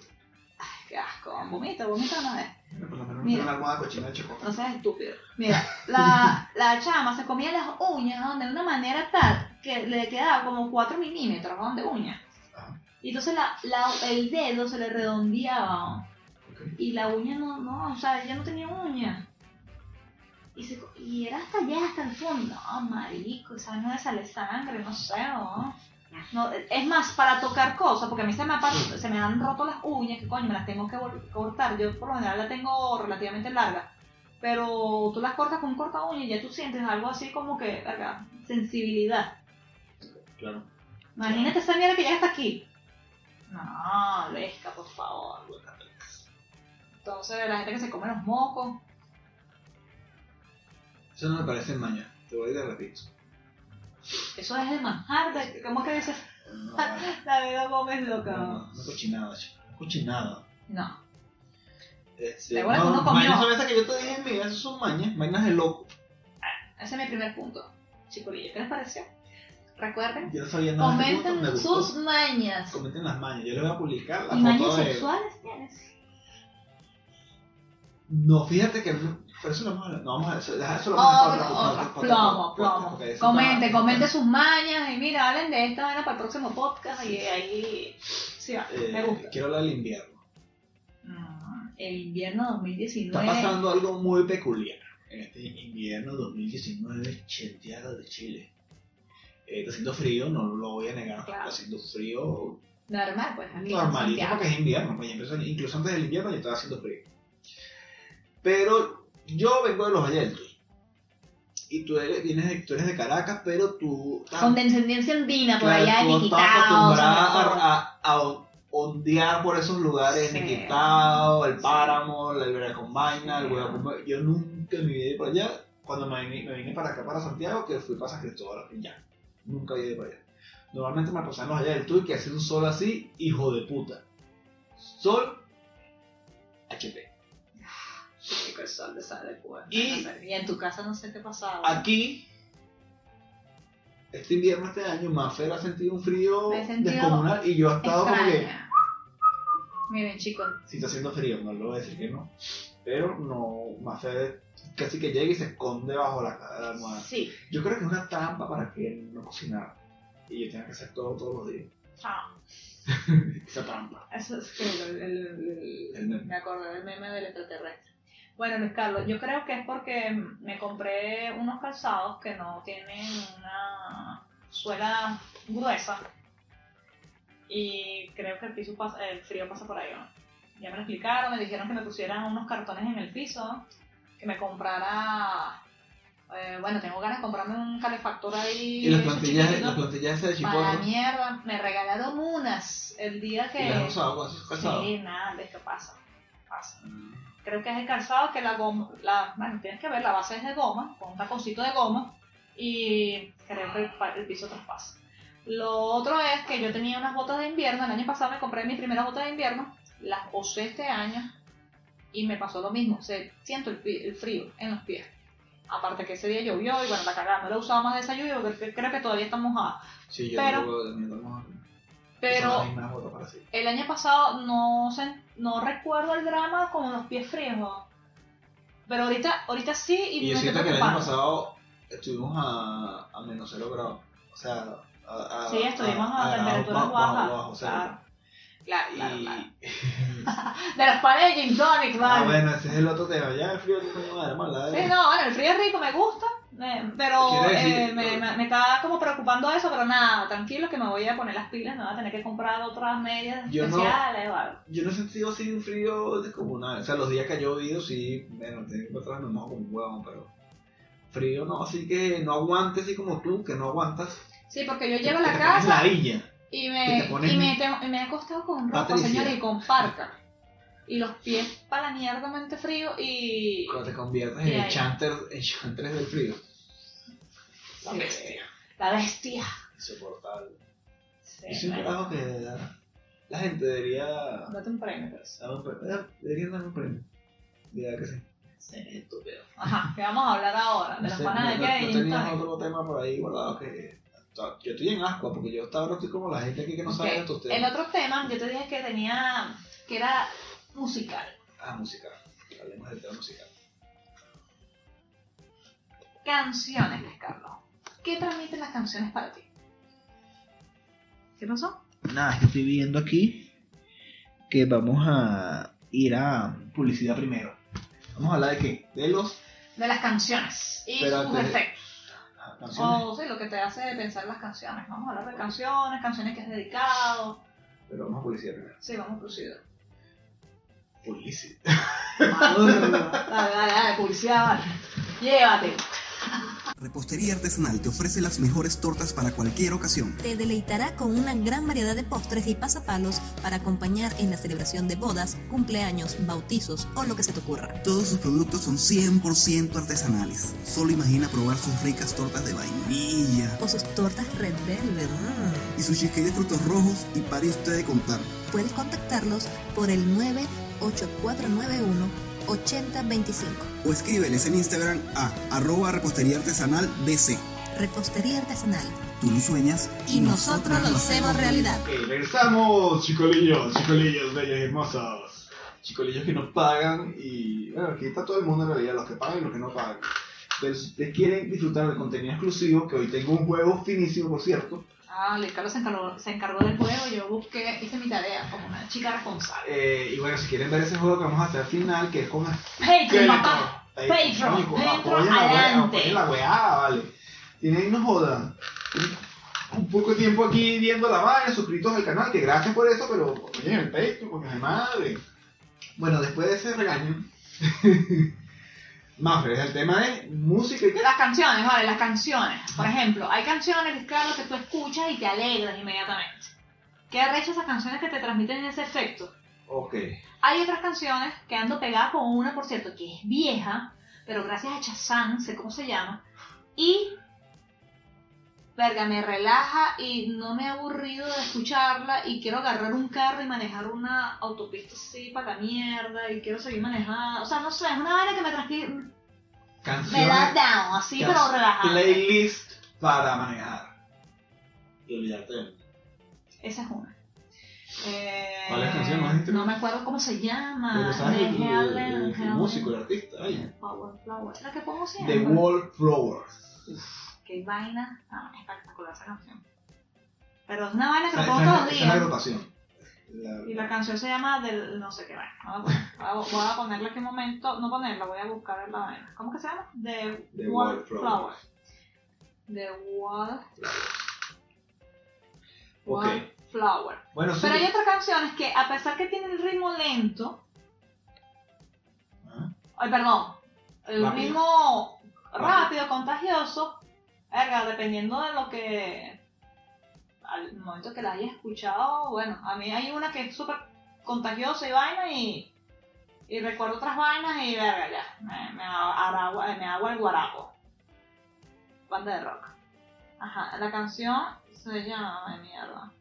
C: Qué asco, vomita, vomita una vez.
D: Bueno, Por lo menos no
C: Mira.
D: tengo una almohada cochina de chocolate.
C: No seas estúpido. Mira, la, la chama se comía las uñas ¿no? de una manera tal que le quedaba como 4 milímetros ¿no? de uña.
D: Ah.
C: Y entonces la, la- el dedo se le redondeaba. ¿no?
D: Ok.
C: Y la uña no, no, o sea, ella no tenía uña. Y, se co- y era hasta allá, hasta el fondo. No, marico, ¿sabes? No le sale sangre, no sé, ¿no? No, es más, para tocar cosas, porque a mí se me, ha par- se me han roto las uñas, que coño, me las tengo que vol- cortar. Yo por lo general las tengo relativamente largas, pero tú las cortas con un corta uña y ya tú sientes algo así como que, verga, sensibilidad.
D: Claro.
C: Imagínate esa mierda que llega hasta aquí. No, lesca, por favor. Entonces, la gente que se come los mocos.
D: Eso no me parece maña. Te voy a ir de repito.
C: Eso es el manjar, de- ¿cómo es que dices?
D: No, vale.
C: La vida Gómez loca.
D: No, no, una cochinada, chico. Una cochinada.
C: No.
D: Este,
C: Seguro que uno comió.
D: mañas son esas que yo te dije, mira, esas son mañas, mañas de loco.
C: Ese es mi primer punto. Chicolillo, ¿qué les pareció? Recuerden,
D: Yo no sabía nada de esto, me
C: comenten
D: gustó.
C: sus mañas.
D: Comenten las mañas, yo les voy a publicar la
C: ¿Y mañas
D: foto de...
C: sexuales tienes?
D: No, fíjate que... no- Pero eso lo vamos a hablar, no vamos a... Eso, deja- eso lo vamos a
C: Otro,
D: dejar para
C: otro.
D: otro podcast, otro
C: Plomo,
D: podcast,
C: plomo.
D: porque eso
C: Comente,
D: está-
C: comente sus mañas y mira, hablen de esta vaina para el próximo podcast y ahí sí va,
D: Eh,
C: me gusta.
D: Quiero hablar del invierno.
C: Mm, El invierno
D: Está
C: 2019.
D: pasando algo muy peculiar en este invierno 2019 chenteada de Chile. Eh, está haciendo frío, no lo voy a negar.
C: Claro.
D: Está haciendo frío
C: Normal, pues aquí en
D: normalito
C: Santiago.
D: porque es invierno, pues, ya empezó- incluso antes del invierno ya estaba haciendo frío. Pero yo vengo de los Valles del Tuy. Y tú eres, vienes de, tú eres de Caracas, pero tú estás,
C: Con descendencia andina por
D: claro,
C: allá en
D: tú estás
C: Niquitao.
D: acostumbrada
C: San Pedro.
D: a, a- a ondear por esos lugares,
C: Sí.
D: Niquitao, el
C: Sí.
D: Páramo, la Ibera con Vaina, el
C: Sí.
D: Huevo con Vaina. Yo nunca me vine por allá. Cuando me vine, me vine para acá, para Santiago, que fui para San Cristóbal, y ya. Nunca había ido para allá. Normalmente me pasaba en los Valles del Tuy, que hace un sol así, hijo de puta. Sol HP.
C: Chico, el sol de sal de Cuba.
D: Y-
C: No sé, y en tu casa no sé qué pasaba.
D: Aquí, este invierno, este año, Mafer ha sentido un frío
C: Me he sentido
D: descomunal y yo he estado como que,
C: Extraña. Miren, chicos,
D: si está haciendo frío, no lo voy a decir que no. pero no, Mafé casi que llega y se esconde bajo la, la almohada.
C: Sí.
D: Yo creo que es una trampa para que él no cocinara y yo tenga que hacer todo todos los días.
C: Ah,
D: Esa trampa.
C: eso es que el- el- el-
D: El meme.
C: me acordé del meme del extraterrestre. Bueno, Luis Carlos, yo creo que es porque me compré unos calzados que no tienen una suela gruesa y creo que el, piso pasa- el frío pasa por ahí. ¿no? Ya me lo explicaron, me dijeron que me pusieran unos cartones en el piso, que me comprara... eh, bueno, tengo ganas de comprarme un calefactor ahí.
D: Y las
C: esos
D: plantillas,
C: chiquititos.
D: las plantillas esas de
C: Para la
D: chipotle.
C: mierda, me regalaron unas el día que.
D: Y las has usado con esos calzados.
C: Sí, nada, esto pasa. Pasa. Creo que es el calzado que la goma. La, bueno, tienes que ver, la base es de goma, con un taconcito de goma. Y creo que el, pa- el piso traspasa. Lo otro es que yo tenía unas botas de invierno. El año pasado me compré mis primeras botas de invierno. Las usé este año. Y me pasó lo mismo. Se, siento el, pi- el frío en los pies. Aparte que ese día llovió y bueno, la cagada. No la usaba más de esa lluvia porque creo que todavía está mojada.
D: Sí, yo
C: Pero-
D: luego también tomo-
C: Pero.
D: Son las mismas botas para sí.
C: El año pasado no, sen- no recuerdo el drama como los pies fríos. ¿no? Pero ahorita, ahorita sí y,
D: Y yo
C: me
D: siento
C: estoy
D: que el año
C: preocupando.
D: pasado estuvimos a, a menos cero grados. O sea, a, a-
C: Sí, estuvimos a,
D: grados
C: temperaturas
D: ba- ah, bajo-
C: bajas.
D: bajo cero.
C: claro. Claro, claro,
D: Y-
C: claro. De los panes de Gin Tonic,
D: Ah,
C: vale.
D: bueno, ese es el otro tema. Ya el frío que coño madre, mala,
C: Sí,
D: eh.
C: no, bueno, el frío es rico, me gusta, eh, pero
D: Quiero decir-
C: eh, me, me- me está como preocupando eso, pero nada, tranquilo que me voy a poner las pilas, me voy a tener que comprar otras medias
D: Yo no-
C: especiales o algo.
D: Yo no he sentido así un frío descomunal. O sea, los días que ha llovido, sí, bueno, tengo que atrás me mojo como un huevón, pero frío no. Así que no aguantes así como tú, que no aguantas.
C: Sí, porque yo llego a
D: Que
C: la
D: te pones
C: casa
D: La villa.
C: Y
D: Y
C: me,
D: te pones
C: y me, te- y me he acostado con ropa,
D: Patricia.
C: señores, y con parca. Y los pies para la mierda, mente frío y...
D: Cuando te conviertes
C: Y
D: en
C: ahí.
D: chanter, en chantres del frío. La
C: Sí,
D: bestia.
C: La bestia.
D: Insoportable.
C: Sí,
D: Es un
C: bueno,
D: trabajo que de verdad, la gente debería dar
C: Date un premio, pero sí.
D: un premio. Deberían dar un premio. De verdad que sí. Estúpido.
C: Ajá, que vamos a hablar ahora? De
D: No
C: las
D: sé,
C: panas de
D: no-
C: qué
D: no
C: y
D: tenías otro tema por ahí guardado que. Yo estoy en asco porque yo hasta ahora estoy como la gente aquí que no sabe de estos
C: El
D: temas.
C: otro tema, yo te dije que tenía... que era musical.
D: Ah, música. Hablemos del tema musical.
C: Canciones, Luis Carlos. ¿Qué transmiten las canciones para ti? ¿Qué pasó?
D: Nada, es que estoy viendo aquí que vamos a ir a publicidad primero. Vamos a hablar de qué? De los
C: De las canciones y
D: Pero
C: sus
D: antes de-
C: efectos.
D: ah, canciones.
C: O Oh, sí, lo que te hace pensar las canciones. Vamos a hablar de canciones, canciones que has dedicado.
D: Pero vamos a publicidad primero.
C: Sí, vamos inclusive.
D: Publicidad.
C: dale, dale, dale, publicidad, vale. Llévate.
A: Repostería Artesanal te ofrece las mejores tortas para cualquier ocasión.
B: Te deleitará con una gran variedad de postres y pasapalos para acompañar en la celebración de bodas, cumpleaños, bautizos o lo que se te ocurra.
A: Todos sus productos son 100% artesanales. Solo imagina probar sus ricas tortas de vainilla
B: O sus tortas Red Velvet. mm.
A: y su cheesecake de frutos rojos y pare usted de contar.
B: Puedes contactarlos por el 98491 8025.
A: O escríbeles en Instagram a arroba repostería artesanal DC.
B: Repostería artesanal.
A: Tú lo sueñas
B: Y nosotros lo hacemos realidad.
D: Ok, regresamos, chicolillos, chicolillos, bellos y hermosos. Chicolillos que no pagan y. Bueno, aquí está todo el mundo en realidad, los que pagan y los que no pagan. Pero si ustedes quieren disfrutar del contenido exclusivo, que hoy tengo un juego finísimo, por cierto,
C: Ah, Luis Carlos se encargó, se encargó del juego. Yo busqué, hice mi tarea como una chica responsable.
D: eh, y bueno, si quieren ver ese juego que vamos a hacer al final, que es con
C: Patreon,
D: Patreon,
C: papá. Patreon, Patreon,
D: apoyen la weá,
C: adelante.
D: apoyen la weá, vale. Tienen, no jodan. Tienen Un poco de tiempo aquí viendo la vaina, suscritos al canal, que gracias por eso, pero oye, el Patreon, porque es madre. Bueno, después de ese regaño, Mafre, el tema es música y
C: De las canciones, vale, las canciones. Por ejemplo, hay canciones, Luis Carlos, que tú escuchas y te alegras inmediatamente. ¿Qué arrecho esas canciones que te transmiten ese efecto?
D: Ok.
C: Hay otras canciones que ando pegada con una, por cierto, que es vieja, pero gracias a Chazán, sé cómo se llama, y verga, me relaja y no me he aburrido de escucharla y quiero agarrar un carro y manejar una autopista así para la mierda y quiero seguir manejando, o sea, no sé, es una área que me, transqui- me da
D: Canciones,
C: down, así,
D: can-
C: pero relajada.
D: playlist para manejar. Y olvidarte de mí.
C: Esa es una. Eh,
D: ¿Cuál es la canción más íntima?
C: No me acuerdo cómo se llama.
D: Pero sabes
C: De
D: el, el-
C: Helen,
D: el
C: Helen-
D: músico, el artista, ay,
C: Power Flower. La que pongo siempre.
D: The Wallflower.
C: Qué vaina tan Ah, espectacular esa canción. Pero es una vaina que
D: Esa
C: la
D: esa-
C: pongo todos los
D: esa es la
C: días.
D: agrupación. La-
C: Y la canción se llama del no sé qué vaina. No la voy a- Voy a, voy a ponerla aquí un momento. No ponerla, voy a buscar en la vaina. ¿Cómo que se llama? The,
D: The
C: Wallflower.
D: Wallflower.
C: The Wall.
D: Ok.
C: Wallflower.
D: Bueno, sí.
C: Pero hay otras canciones que, a pesar que tienen el ritmo lento,
D: Ah,
C: ay, perdón, el
D: Rápido.
C: ritmo
D: Rápido.
C: rápido, contagioso, verga, dependiendo de lo que. al momento que la hayas escuchado, bueno, a mí hay una que es súper contagiosa y vaina y. y recuerdo otras vainas y verga, ya. Me, me, hará- me hago el guarapo. Banda de rock. Ajá, la canción se llama, ay, mierda.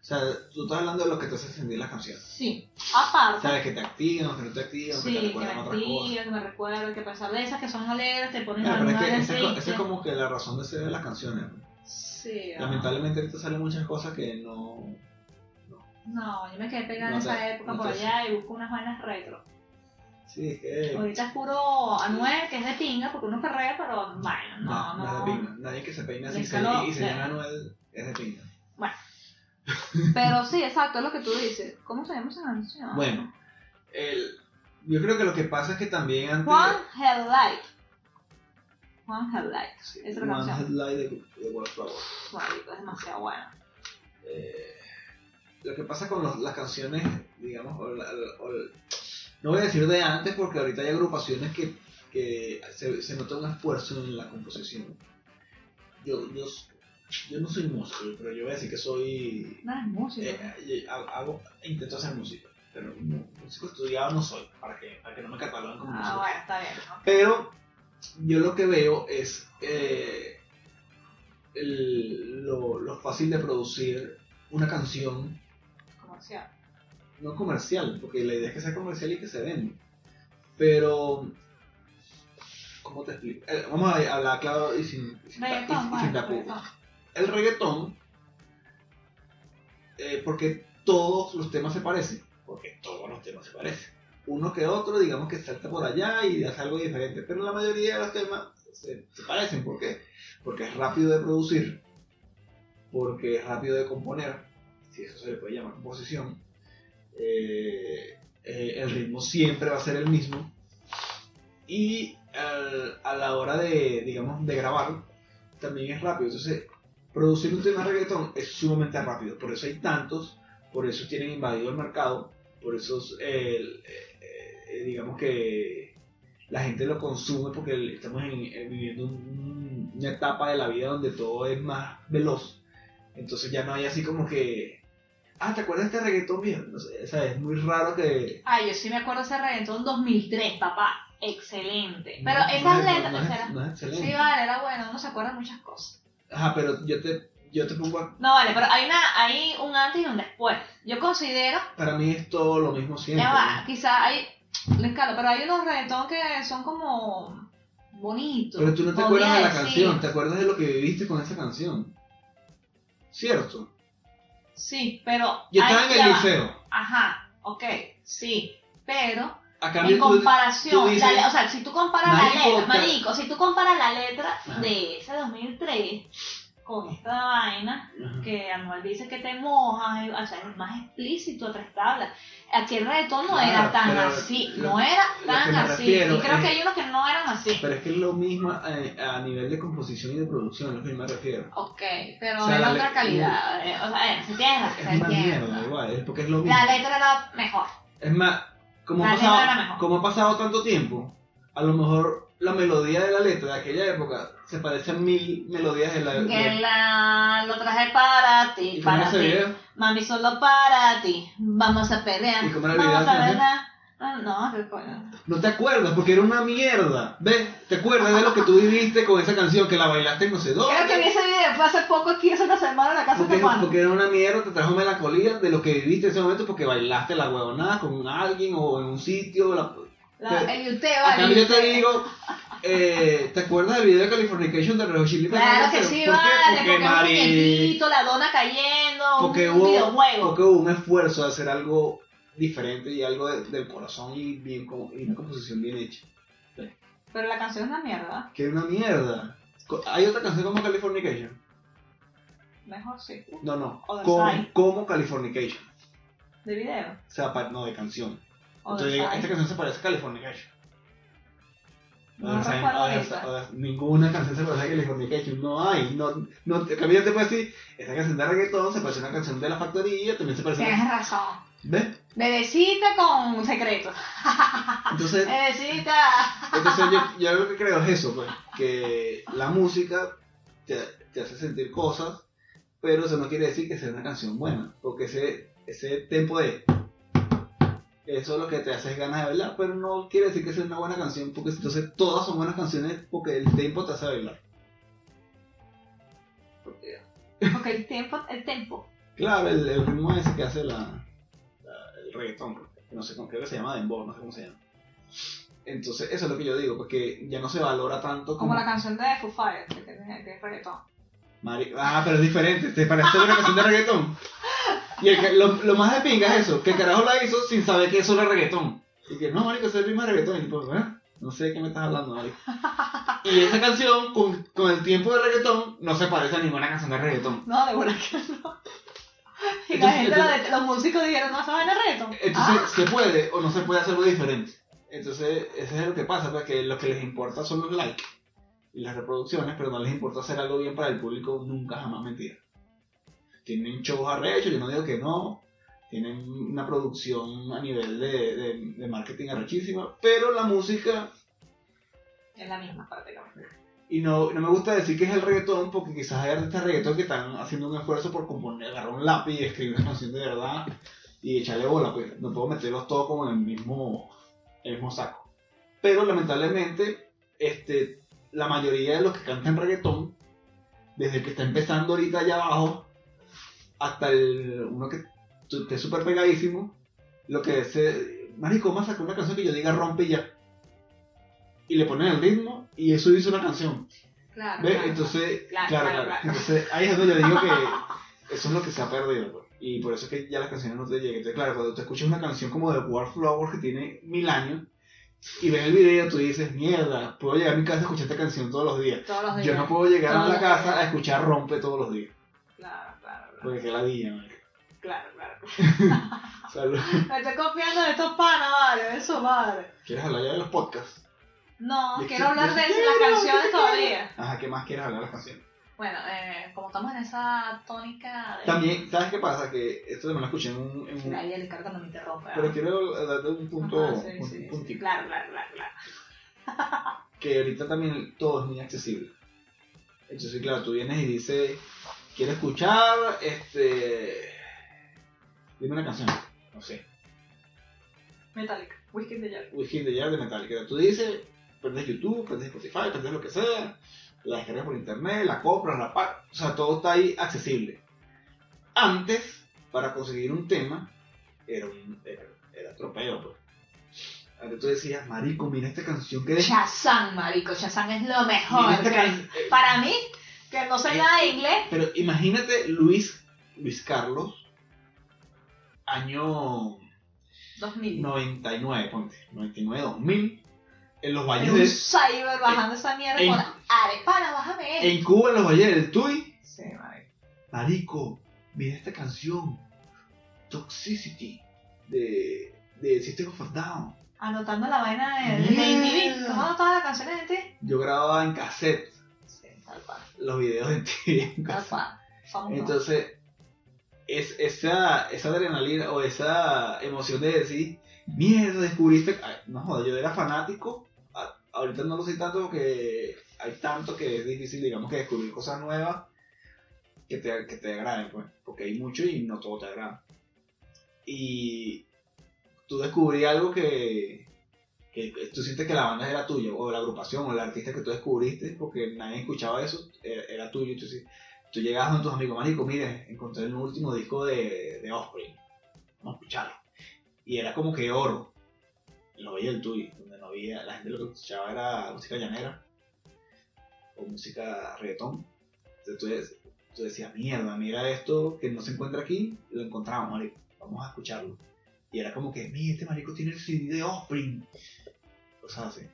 D: O sea, tú estás hablando de lo que te hace sentir las canciones.
C: Sí, aparte.
D: Sabes que te activan, que no te activan,
C: Sí,
D: que te
C: que
D: recuerdan otras cosas.
C: mentira, que me recuerdo, que a pesar de esas que son alegres, te ponen
D: Claro, pero es
C: alguna
D: que
C: vez
D: esa es, co- esa
C: triste.
D: es como que la razón de ser de las canciones. ¿no?
C: Sí, ah.
D: Lamentablemente ahorita salen muchas cosas que no...
C: No, yo me quedé pegada
D: No
C: en
D: te-
C: esa época
D: no
C: por
D: te-
C: allá y busco unas vainas retro.
D: Sí, es que...
C: Ahorita es puro Anuel, que es de pinga, porque uno perrea, pero bueno, no,
D: No,
C: no.
D: no es de pinga. Nadie que se peina así
C: Les
D: se-
C: caló-
D: y se
C: le-
D: llama Anuel es de pinga.
C: Pero sí, exacto, es lo que tú dices. ¿Cómo se llama esa canción?
D: Bueno, el, yo creo que lo que pasa es que también antes...
C: Juan Hellite. Juan Hellite.
D: Sí,
C: esa
D: One
C: canción.
D: Headlight de, de Wallflower.
C: Marico, es demasiado bueno.
D: Eh, lo que pasa con los- las canciones, digamos, o la- la- o el- no voy a decir de antes porque ahorita hay agrupaciones que, que se, se nota un esfuerzo en la composición. Yo, yo, yo no soy músico, pero yo voy a decir que soy
C: No es música.
D: eh, eh, hago- hago- intento hacer música, pero mu- músico estudiado no soy, para que, para que no me cataloguen como
C: ah,
D: músico.
C: bueno, está bien. ¿no?
D: Pero yo lo que veo es eh, el- lo, lo fácil de producir una canción
C: Comercial.
D: no comercial, porque la idea es que sea comercial y que se venda. Pero, ¿cómo te explico? Eh, vamos a hablar claro y sin, y sin, ta- y-
C: Reggaetón,
D: y
C: bueno,
D: sin tapujos
C: reggaetón.
D: el reggaetón, eh, porque todos los temas se parecen, porque todos los temas se parecen. Uno que otro, digamos que salta por allá y hace algo diferente, pero la mayoría de los temas se, se parecen. ¿Por qué? Porque es rápido de producir, porque es rápido de componer, si eso se le puede llamar composición. Eh, eh, el ritmo siempre va a ser el mismo. Y al- a la hora de, digamos, de grabar, también es rápido. Entonces, producir un tema de reggaetón es sumamente rápido, por eso hay tantos, por eso tienen invadido el mercado, por eso eh, el- eh, eh, digamos que la gente lo consume porque el- estamos en- eh, viviendo un- un- una etapa de la vida donde todo es más veloz, entonces ya no hay así como que, ah, ¿te acuerdas de este reggaetón viejo? No sé, o sea, es muy raro que...
C: Ay, yo sí me acuerdo ese reggaetón 2003, papá. Excelente. Pero
D: no- no
C: esas
D: es-
C: letras
D: no es-
C: eran-
D: no es excelente.
C: Sí, vale, era bueno, uno se acuerda de muchas cosas.
D: Ajá, pero yo te, yo te pongo, a-
C: No, vale, pero hay, una, hay un antes y un después. Yo considero,
D: para mí es todo lo mismo siempre.
C: ya va,
D: ¿no?
C: quizá hay, les calo, pero hay unos reggaetón que son como bonitos.
D: Pero tú no te
C: podría
D: acuerdas de la
C: decir.
D: canción, te acuerdas de lo que viviste con esa canción. Cierto.
C: Sí, pero...
D: Yo
C: hay-
D: estaba en el
C: ya va.
D: liceo.
C: Ajá, ok, sí, pero...
D: A
C: En
D: cambio, tú-
C: comparación,
D: tú dices-
C: la le- o sea, si tú comparas la
D: Marico,
C: letra,
D: te-
C: marico, si tú comparas la letra
D: Ajá.
C: de ese 2003 con esta vaina
D: Ajá.
C: que Anuel dice que te mojas, y- o sea, es más explícito, tres tablas. Aquí el reto no
D: Claro,
C: era tan
D: pero
C: así,
D: lo-
C: no era
D: lo que
C: tan
D: me
C: así.
D: refiero
C: y creo
D: es-
C: que hay unos que no eran así.
D: Pero es que es lo mismo eh, a nivel de composición y de producción, es lo que yo me refiero.
C: ok, pero
D: O sea,
C: era
D: la
C: otra
D: le-
C: calidad. eh, o sea, eh, se tiene razón,
D: Es una
C: se tiene
D: mierda,
C: razón.
D: igual, es porque es lo mismo.
C: La letra era mejor.
D: Es más, como ha,
C: La letra era
D: pasado,
C: mejor.
D: como ha pasado tanto tiempo, a lo mejor la melodía de la letra de aquella época se parece a mil melodías de la
C: Que
D: de-
C: la, lo traje para ti,
D: Eh, ¿Y cómo
C: para
D: era ese
C: ti.
D: video?
C: Mami, solo para ti. Vamos a pelear.
D: ¿Y cómo era el
C: Vamos
D: video,
C: a
D: Sandra?
C: verdad. Ah, no, qué coño.
D: No te acuerdas porque era una mierda. ¿Ves? ¿Te acuerdas de lo que tú viviste con esa canción que la bailaste en no sé dónde?
C: Creo que vi ese video fue hace poco aquí, hace una semana en la casa
D: Porque,
C: de Juan.
D: porque era una mierda, te trajo melancolía de lo que viviste en ese momento porque bailaste la huevonada con alguien o en un sitio. la-
C: La- el yuteo.
D: A
C: el
D: cambio yo te
C: yuteo.
D: digo, eh, ¿te acuerdas del video de Californication de Red Chili
C: Claro que sí, vale, porque, un muñequito, la dona cayendo,
D: porque
C: un
D: hubo,
C: videojuego.
D: porque hubo un esfuerzo de hacer algo diferente y algo de- del corazón y, bien, co- y una composición bien hecha.
C: Pero la canción es una mierda.
D: Que es una mierda. Co- Hay otra canción como Californication.
C: Mejor sí.
D: No, no.
C: O de
D: Como,
C: Sai.
D: como Californication.
C: De video.
D: O sea, pa- no, de canción.
C: O
D: Entonces,
C: de
D: digo, este,
C: Sai.
D: esta canción se parece a Californication.
C: No
D: O sea,
C: recuerdo
D: o sea,
C: esa.
D: o sea, ninguna canción se parece a Californication. No hay. No, no, también te puede decir, esta canción de reggaetón se parece a una canción de la factoría, también se parece a...
C: Tienes razón.
D: ¿Ves?
C: Bebecita con secretos.
D: Entonces,
C: Bebecita.
D: entonces yo, yo lo que creo es eso, pues, que la música te, te hace sentir cosas, pero eso no quiere decir que sea una canción buena, porque ese, ese tempo de... Eso es lo que te hace es ganas de bailar, pero no quiere decir que sea una buena canción, porque entonces todas son buenas canciones porque el tempo te hace bailar.
C: Porque el tiempo, el tiempo.
D: Claro, el, el ritmo ese que hace la, la- el reggaetón, que no sé cómo, creo que se llama dembow, no sé cómo se llama. Entonces, eso es lo que yo digo, porque ya no se valora tanto
C: Como la canción de Foo Fighters, que tiene que es reggaetón.
D: Mari- Ah, pero es diferente, te parece una canción de reggaetón. Y el que- lo, lo más de pinga es eso, que el carajo la hizo sin saber que eso era reggaetón. Y que, no, marico, eso es el mismo reggaetón. Y tipo, ¿eh? No sé de qué me estás hablando, marico. Y esa canción, con, con el tiempo de reggaetón, no se parece a ninguna canción de reggaetón.
C: No, de verdad que no. Y la
D: Entonces,
C: gente,
D: entonces-
C: lo de- los músicos dijeron, no, saben el reto.
D: Entonces, se puede o no se puede hacerlo diferente. Entonces, eso es lo que pasa, pues, que lo que les importa son los likes y las reproducciones, pero no les importa hacer algo bien para el público nunca, jamás mentira. Tienen shows arrechos, yo no digo que no, tienen una producción a nivel de, de- de marketing arrechísima, pero la música,
C: es la misma prácticamente.
D: y no, no me gusta decir que es el reggaetón, porque quizás hay artistas de reggaetón que están haciendo un esfuerzo por componer, agarrar un lápiz y escribir una canción de verdad y echarle bola, pues no puedo meterlos todos como en el mismo, el mismo saco. Pero lamentablemente, este, la mayoría de los que cantan reggaetón, desde el que está empezando ahorita allá abajo, hasta el uno que tu- esté súper pegadísimo, lo que es, eh, marico, vamos a sacar una canción que yo diga rompe y ya. Y le ponen el ritmo y eso hizo una canción.
C: Claro.
D: ¿Ves?
C: claro.
D: Entonces,
C: Claro,
D: claro,
C: claro, claro.
D: claro, Entonces, ahí es donde yo digo que eso es lo que se ha perdido, pues. Y por eso es que ya las canciones no te llegan. Entonces, claro, cuando tú escuchas una canción como de Warflower que tiene mil años y ves el video, tú dices, mierda, puedo llegar a mi casa a escuchar esta canción todos los días.
C: Todos los días.
D: Yo no puedo llegar a
C: Todos
D: la
C: los
D: casa
C: días.
D: a escuchar Rompe todos los días.
C: Claro, claro, claro.
D: Porque qué ladilla, marico.
C: Claro, claro.
D: O sea, lo-
C: Me estoy confiando de estos panas, vale, de su madre.
D: ¿Quieres hablar ya de los podcasts?
C: No,
D: De
C: quiero
D: que-
C: hablar de
D: de-
C: las canciones todavía.
D: Ajá, ¿qué más quieres hablar de las canciones?
C: Bueno, eh, como estamos en esa tónica de...
D: También, ¿sabes qué pasa? Que esto también lo escuché en un... en un-
C: Ahí el cargo no me interrumpe.
D: pero quiero darte un punto,
C: Ajá, sí,
D: un
C: sí, sí.
D: puntico.
C: Claro, claro, claro, claro.
D: que ahorita también todo es muy accesible. Entonces, claro, tú vienes y dices, quiero escuchar, este... Dime una canción, no sé,
C: Metallica, Whisky de Jack.
D: Whisky in the Jar de Metallica. Tú dices, prendes YouTube, prendes Spotify, prendes lo que sea, la descargas por internet, la compras, la pagas, o sea, todo está ahí accesible. Antes, para conseguir un tema, era un era, era tropeo, pues. Antes tú decías, marico, mira esta canción que... Mira
C: Shazam, marico, Shazam es lo mejor.
D: esta
C: que-
D: can- eh,
C: Para mí, que no soy nada de inglés,
D: Pero imagínate Luis, Luis Carlos, año
C: 2000.
D: 99, ponte, 99, 2000, en los valles
C: Era un
D: de-
C: cyber bajando esa mierda
D: en-
C: con Arepana, bájame esto.
D: en Cuba, en los valles del Tuy,
C: Sí, marico.
D: marico, mira esta canción, Toxicity, de, de System of a Down.
C: Anotando la vaina de, de
D: Mierda.
C: MTV. Tomando todas las canciones de ti.
D: Yo grababa en cassette
C: Sí, tal cual.
D: los videos de TV en
C: Tal
D: cassette.
C: cual. Somos dos.
D: Entonces, es, esa, esa adrenalina o esa emoción de decir, mierda, descubriste. Ay, no joda, yo era fanático. a- ahorita no lo sé tanto porque hay tanto que es difícil, digamos, que descubrir cosas nuevas que te, que te agraden, pues. Porque hay mucho y no todo te agrada. Y tú descubrí algo que. Que tú sientes que la banda era tuya, o la agrupación, o el artista que tú descubriste, porque nadie escuchaba eso, era, era tuyo. Y tú dices, tú llegas con tus amigos, marico, mire, encontré el último disco de, de Offspring, vamos a escucharlo. Y era como que oro. en los valles del Tuy, donde no había, la gente lo que escuchaba era música llanera o música reggaetón. Entonces tú, des- tú decías, mierda, mira esto que no se encuentra aquí, y lo encontramos, marico, vamos a escucharlo. Y era como que, mira, este marico tiene el CD de Offspring, cosas así.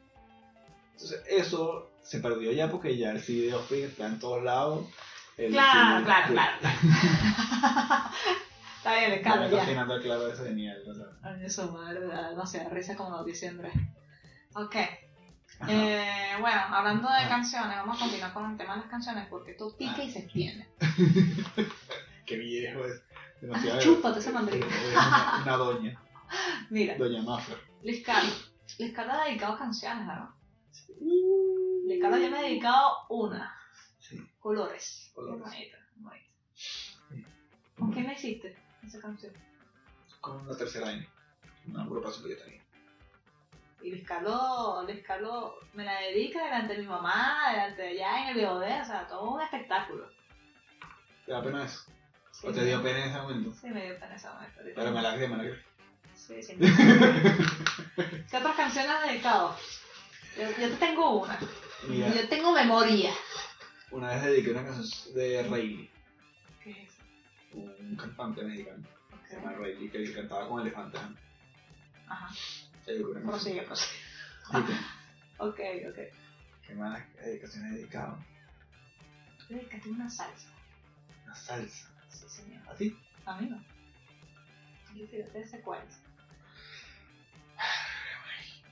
D: Entonces eso se perdió ya porque ya el CD de Offspring está en todos lados. El
C: Claro,
D: CD
C: claro,
D: que-
C: claro, claro. Está bien,
D: No me
C: descarga ya.
D: imaginando el clavo ese de miel, o sea.
C: Ay, eso, madre, da demasiada risa como lo diciembre. Ok,
D: Ajá. Ah.
C: eh, bueno, hablando de
D: Ajá.
C: canciones, vamos a continuar con el tema de las canciones porque tú pica y se extiende.
D: Qué viejo es.
C: Ah, chúpate ese mandril.
D: Es Una, una doña,
C: Mira,
D: doña Mafra.
C: Luis Carlos. Luis Carlos ha dedicado canciones, ¿verdad? Luis Carlos ya me ha dedicado una.
D: Sí.
C: Colores.
D: Colores.
C: Bonita, bonita. ¿Con quién la hiciste esa canción?
D: Con la tercera N. Una agrupación que yo tenía.
C: Y Luis Carlos, Luis Carlos me la dedica delante de mi mamá, delante de allá en el BOD, o sea, todo un espectáculo.
D: ¿Te da pena eso?
C: Sí,
D: ¿O te dio pena en ese momento?
C: Sí, me dio pena esa muerte. ahorita.
D: Pero me la creí, me la creí.
C: Sí, sí. ¿Qué otras canciones has dedicado? Yo, yo te tengo una.
D: Mira,
C: Yo tengo memoria.
D: una vez dediqué una canción de Rayleigh,
C: ¿Qué es eso?
D: un cantante mexicano que se llama
C: Ok.
D: Rayleigh, que cantaba con elefantes.
C: Ajá.
D: Se dedicó una canción.
C: Prosigue, prosigue.
D: Dije,
C: Ok, ok.
D: ¿Qué más dedicaciones he dedicado?
C: Yo dedicaste una salsa.
D: Una salsa.
C: Sí, señor.
D: ¿Así?
C: A mí no. Yo te te sé cuál.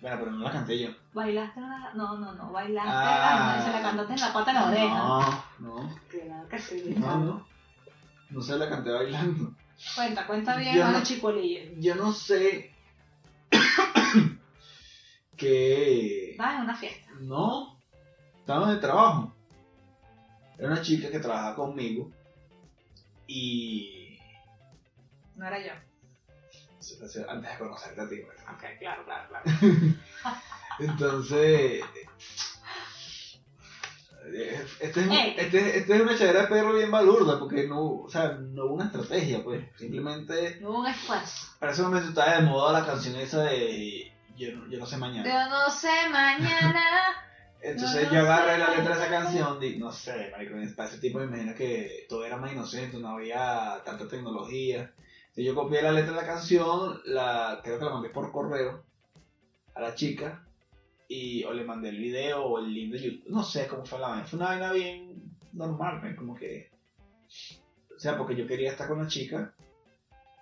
D: Bueno, pero no la canté yo.
C: Bailaste una. No, no, no. Bailaste.
D: Ah.
C: la- Se la cantaste en la pata de la oreja.
D: No, no.
C: Claro que sí.
D: No, no. No se la canté bailando.
C: Cuenta, cuenta bien
D: Yo
C: a
D: no-
C: la chicolilla.
D: Yo no sé que...
C: Estaba en una fiesta.
D: No, estaba en el trabajo. Era una chica que trabajaba conmigo y...
C: No era yo.
D: Antes de conocerte a ti. pues.
C: Ok, claro, claro, claro.
D: Entonces... eh, Este es, un-
C: Ey.
D: este, este es una chadera de perro bien balurda porque no, o sea, no hubo una estrategia, pues. Simplemente
C: No hubo un esfuerzo.
D: Para ese momento estaba de moda la canción esa de Yo no, yo no sé mañana.
C: Yo no sé mañana.
D: Entonces
C: no
D: yo agarré
C: sé
D: la letra de esa
C: mañana.
D: canción y no sé, marico, para ese tipo me imagino que todo era más inocente, no había tanta tecnología. Entonces yo copié la letra de la canción, la, creo que la mandé por correo a la chica y o le mandé el video o el link de YouTube, no sé cómo fue la vaina. Fue una vaina bien normal, ¿ven? como que... O sea, porque yo quería estar con la chica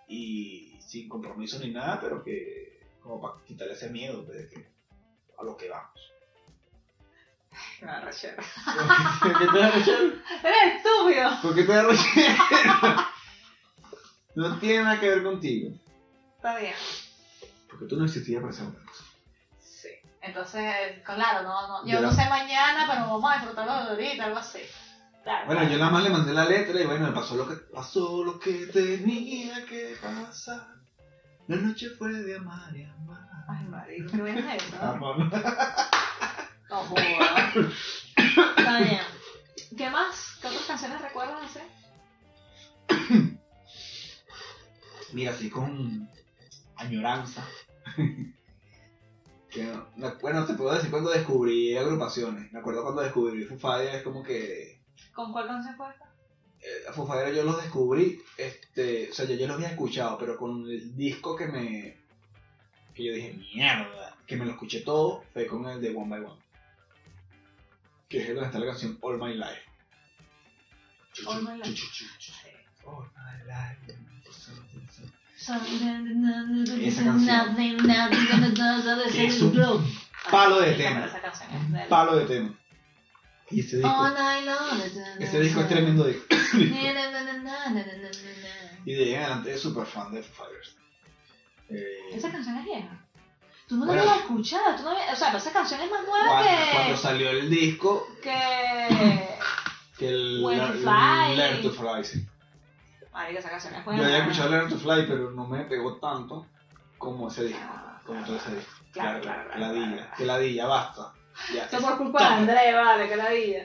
D: y sin compromiso ni nada, pero que como para quitarle ese miedo pues, de que a lo que vamos.
C: Me arrechera.
D: ¿Por qué te da rechera?
C: ¡Eres estúpido!
D: ¿Por qué te da rechera? No tiene nada que ver contigo.
C: Está bien.
D: Porque tú no existías para ese momento.
C: Sí. Entonces, claro, no, no. Yo
D: Yo
C: no
D: la-
C: sé mañana, pero vamos a disfrutarlo de ahorita, algo así. Claro.
D: Bueno, yo nada más le mandé la letra y bueno, me pasó lo que pasó lo que tenía que pasar. La noche fue de amar y amar.
C: Ay, marico, qué bueno es eso. ¿no?
D: Vamos.
C: No jodas. Está bien. ¿Qué más? ¿Qué otras canciones recuerdas hacer?
D: Mira, así con añoranza. Que no- me- bueno, te puedo decir cuando descubrí agrupaciones. Me acuerdo cuando descubrí Foo Fighters, es como que
C: ¿Con cuál canción fue esta?
D: eh, a Foo Fighters yo los descubrí, este, o sea, yo ya los había escuchado, pero con el disco que me, que yo dije, mierda, que me lo escuché todo, fue con el de One by One, que es donde está la canción All My Life. Chu,
C: All
D: chu,
C: My Life.
D: chu, chu, chu, chu. All My Life.
C: Esa
D: Esa canción. Es un palo de tema.
C: Esa canción es Oh, del-
D: Palo de tema. Y ese disco,
C: All night long.
D: ese disco es tremendo disco.
C: Na, na, na, na, na, na, na, na.
D: Y de ahí en adelante es súper fan de Foo Fighters. Eh,
C: Esa canción es vieja. Tú no la
D: Bueno.
C: habías escuchado. Tú no habías... O sea, pero esa canción es más nueva
D: cuando, cuando
C: que.
D: salió el disco,
C: que.
D: que el
C: When
D: Lear-
C: you fly.
D: Learn to Fly, sí.
C: Marica, esa canción es
D: Yo
C: buena.
D: había escuchado Learn to Fly, pero no me pegó tanto como ese disco,
C: Ah,
D: como todo ese disco.
C: Claro, claro,
D: que
C: claro,
D: ladilla,
C: claro.
D: que ladilla, basta. Ya,
C: Eso
D: es-
C: por culpa de André, vale, que la vida.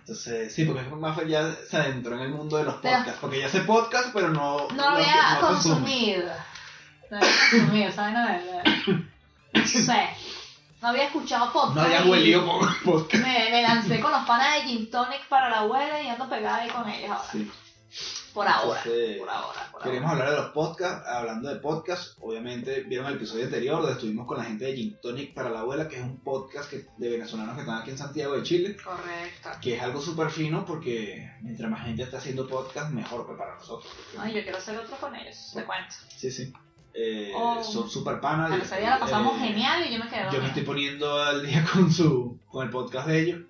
D: Entonces, sí, porque Mafia ya se adentró en el mundo de los
C: Pero-
D: podcasts, porque ya hace podcast, pero no...
C: No lo había
D: no consume.
C: consumido. No lo había consumido, ¿sabes? No, no, no. no sé, no había escuchado podcast.
D: No había
C: y
D: huelido por podcast.
C: Me, me lancé con los panas de Gin Tonic para la abuela y ando pegada ahí con ellos ahora.
D: Sí.
C: Por ahora.
D: Entonces,
C: Por ahora. Por ahora.
D: Queremos hablar de los podcasts. Hablando de podcasts, obviamente vieron el episodio anterior donde estuvimos con la gente de Gin Tonic para la abuela, que es un podcast que- de venezolanos que están aquí en Santiago de Chile,
C: Correcto.
D: que es algo súper fino porque mientras más gente está haciendo podcast, mejor pues, para nosotros.
C: Ay, yo quiero hacer otro con ellos, te cuento.
D: Sí, sí. Eh,
C: Oh.
D: Son súper
C: A
D: panas.
C: ese día la pasamos
D: Eh,
C: genial y yo me quedé
D: Yo me
C: dormida.
D: estoy poniendo al día con su con el podcast de ellos.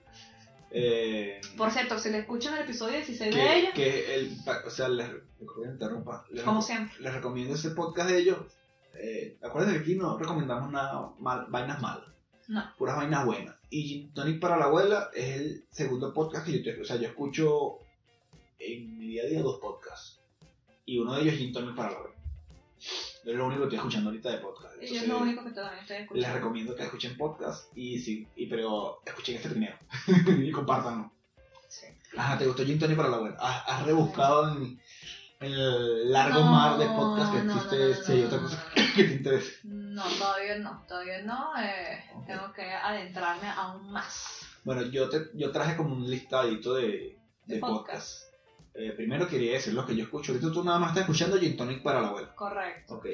D: Eh,
C: Por cierto, si le escuchan el episodio 16 de
D: que,
C: ellos,
D: que el, o sea, les, disculpen, interrumpa. Les-
C: como siempre.
D: les recomiendo ese podcast de ellos. Eh, acuérdense que aquí no recomendamos nada mal, vainas malas.
C: No.
D: Puras vainas buenas. Y Gin Tonic para la abuela es el segundo podcast que yo te- O sea, yo escucho en mi día a día dos podcasts. Y uno de ellos es Gin Tonic para la abuela. Es lo único que estoy escuchando ahorita de podcast.
C: Yo es
D: Entonces,
C: lo único que todavía estoy
D: les
C: escuchando.
D: recomiendo que escuchen podcast y sí, y, pero escuchen este primero y compártanlo.
C: Sí.
D: Ajá, Ah, ¿te gustó Gin Tonic para la abuela? ¿Has, has rebuscado en en el largo mar de podcast que
C: No, no,
D: existe
C: no, no,
D: si hay
C: no,
D: otra
C: no,
D: cosa
C: no, no.
D: que te interese?
C: No, todavía no, todavía no. eh, Tengo que adentrarme aún más.
D: Bueno, yo, te, yo traje como un listadito de, de
C: De
D: podcasts. Eh, primero quería decir los que yo escucho. Ahorita tú nada más estás escuchando Gin Tonic para la abuela.
C: Correcto.
D: Ok.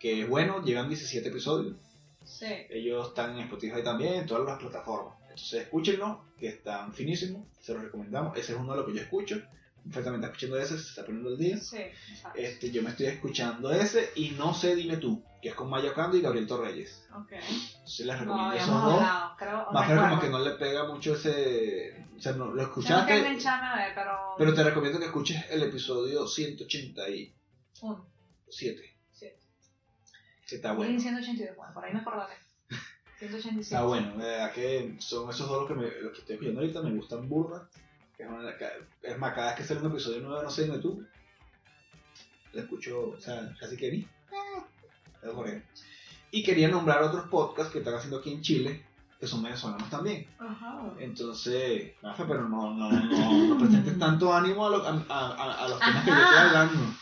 D: Que es bueno, llevan 17 episodios.
C: Sí.
D: Ellos están en Spotify también, en todas las plataformas. Entonces escúchenlo, que están finísimos, se los recomendamos. Ese es uno de los que yo escucho. Perfectamente escuchando ese, se está poniendo el día.
C: Sí, exacto.
D: Este, yo me estoy escuchando ese y no sé, dime tú, que es con Maya Cando y Gabriel Torreyes.
C: Ok.
D: Entonces les
C: No
D: recomiendo esos
C: habíamos
D: dos.
C: hablado, creo.
D: Más que nada, como
C: recuerdo.
D: que no le pega mucho ese. O sea, no, lo
C: Tengo que
D: escuchaste.
C: engancharme a ver, pero.
D: Pero te recomiendo que escuches el episodio 187.
C: Un, siete.
D: Que está bueno.
C: Bueno. 182, bueno, por ahí me acordaré. 187.
D: Está Ah, bueno, de verdad que son esos dos los que, me, los que estoy escuchando ahorita, me gustan burda. que Es, una- ca- es más, cada vez que sale un episodio nuevo, no sé, dime tú, la escucho, o sea, casi que ni. Es horrible. Y quería nombrar otros podcasts que están haciendo aquí en Chile, que son venezolanos también.
C: Ajá.
D: Entonces, Rafa, pero no, no, no, no presentes tanto ánimo a, lo- a, a- a- a los temas que yo
C: Ajá.
D: estoy hablando.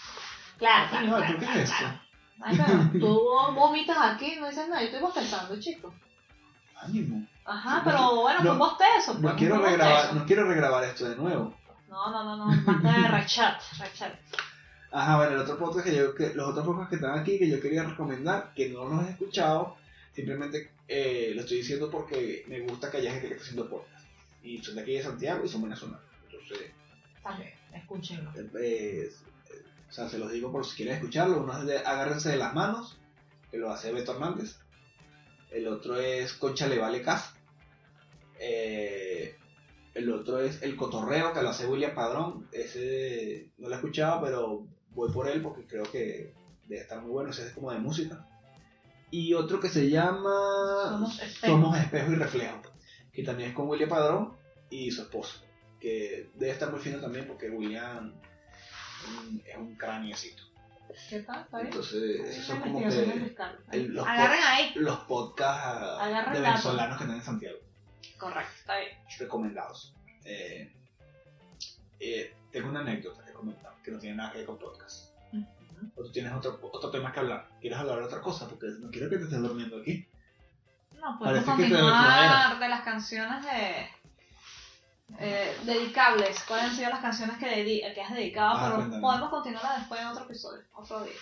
C: Claro,
D: Ay,
C: claro,
D: no,
C: claro,
D: ¿tú Ah, qué es
C: claro.
D: esto?
C: Ay, pero tú vomitas aquí, no dices nada, yo estoy pensando, chico.
D: Ánimo.
C: Ajá,
D: Sí,
C: pero
D: no,
C: bueno,
D: no,
C: no, vos te eso. pues,
D: No quiero,
C: ponte
D: regrabar,
C: eso.
D: no quiero regrabar esto de nuevo.
C: No, no, no, no, basta de rechat, rechat.
D: Ajá, bueno, el otro podcast que yo, que, los otros podcasts que están aquí que yo quería recomendar, que no los he escuchado, simplemente eh, lo estoy diciendo porque me gusta que haya gente que está haciendo podcast. Y son de aquí de Santiago y son venezolanos. Entonces,
C: También, escúchenlo.
D: eh, eh, o sea, se los digo por si quieren escucharlo. Uno es de Agárrense de las manos, que lo hace Beto Hernández. El otro es Concha le vale casa. Eh, el otro es El Cotorreo, que lo hace William Padrón. Ese no lo he escuchado, pero voy por él porque creo que debe estar muy bueno. Ese es como de música. Y otro que se llama
C: Somos espejos.
D: Somos Espejo y Reflejo, que también es con William Padrón y su esposo. Que debe estar muy fino también porque William mm, es un craniecito.
C: ¿Qué tal? ¿Está bien?
D: Entonces, esos son como
C: Investigación del
D: que
C: fiscal.
D: el- los
C: Agarren ahí.
D: los podcasts
C: Agarra
D: de
C: el dato.
D: venezolanos que están en Santiago.
C: Correcto, está bien.
D: recomendados. Eh, eh, tengo una anécdota que comentar que no tiene nada que ver con podcast.
C: Ujú.
D: O tú tienes otro, otro tema que hablar. ¿Quieres hablar de otra cosa? Porque no quiero que te estés durmiendo aquí.
C: No, podemos
D: Parece que te
C: continuar de las canciones de. eh, dedicables, cuáles han sido las canciones que, dedi- que has dedicado,
D: Ah,
C: pero
D: cuéntame.
C: podemos continuarla después en otro episodio, otro día.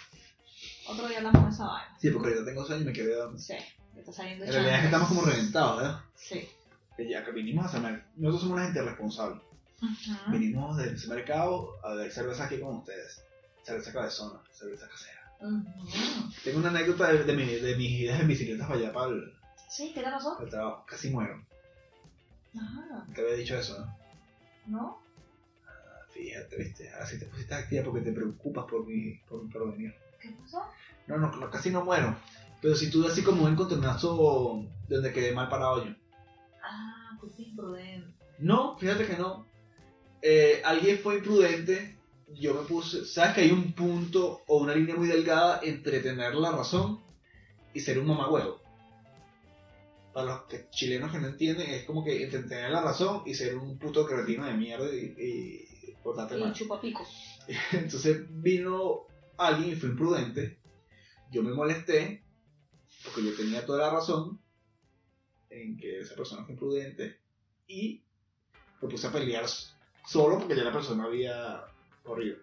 C: Otro día hablamos de esa vaina.
D: Sí, porque yo tengo sueño y me quedé dormido.
C: Sí, me está saliendo
D: En realidad es que
C: chanclas.
D: estamos como reventados, ¿verdad?
C: Sí.
D: Que ya que vinimos a cenar. Nosotros somos una gente responsable.
C: Ujú.
D: Vinimos del supermercado a ver cerveza aquí con ustedes. Cerveza cabezona, cerveza casera.
C: Ujú.
D: Tengo una anécdota de, de, mi- de mis idas en bicicleta para allá para el,
C: Sí, ¿qué tal nosotros?
D: para el trabajo. Casi muero.
C: Ajá,
D: Te había dicho eso, ¿no?
C: ¿no?
D: Fíjate, viste, así te pusiste activa porque te preocupas por mi, por mi porvenir.
C: ¿Qué pasó?
D: No, no, no, casi no muero. Pero si tú así como un encontronazo donde quedé mal parado yo.
C: Ah, fuiste imprudente.
D: No, fíjate que no. Eh, alguien fue imprudente, yo me puse, sabes que hay un punto o una línea muy delgada entre tener la razón y ser un mamagüevo. Para los que- chilenos que no entienden, es como que entre tener la razón y ser un puto cretino de mierda y, y, y portarte
C: Y
D: mal.
C: chupapico.
D: Entonces vino alguien y fue imprudente. Yo me molesté porque yo tenía toda la razón en que esa persona fue imprudente y me puse a pelear solo porque ya la persona había corrido.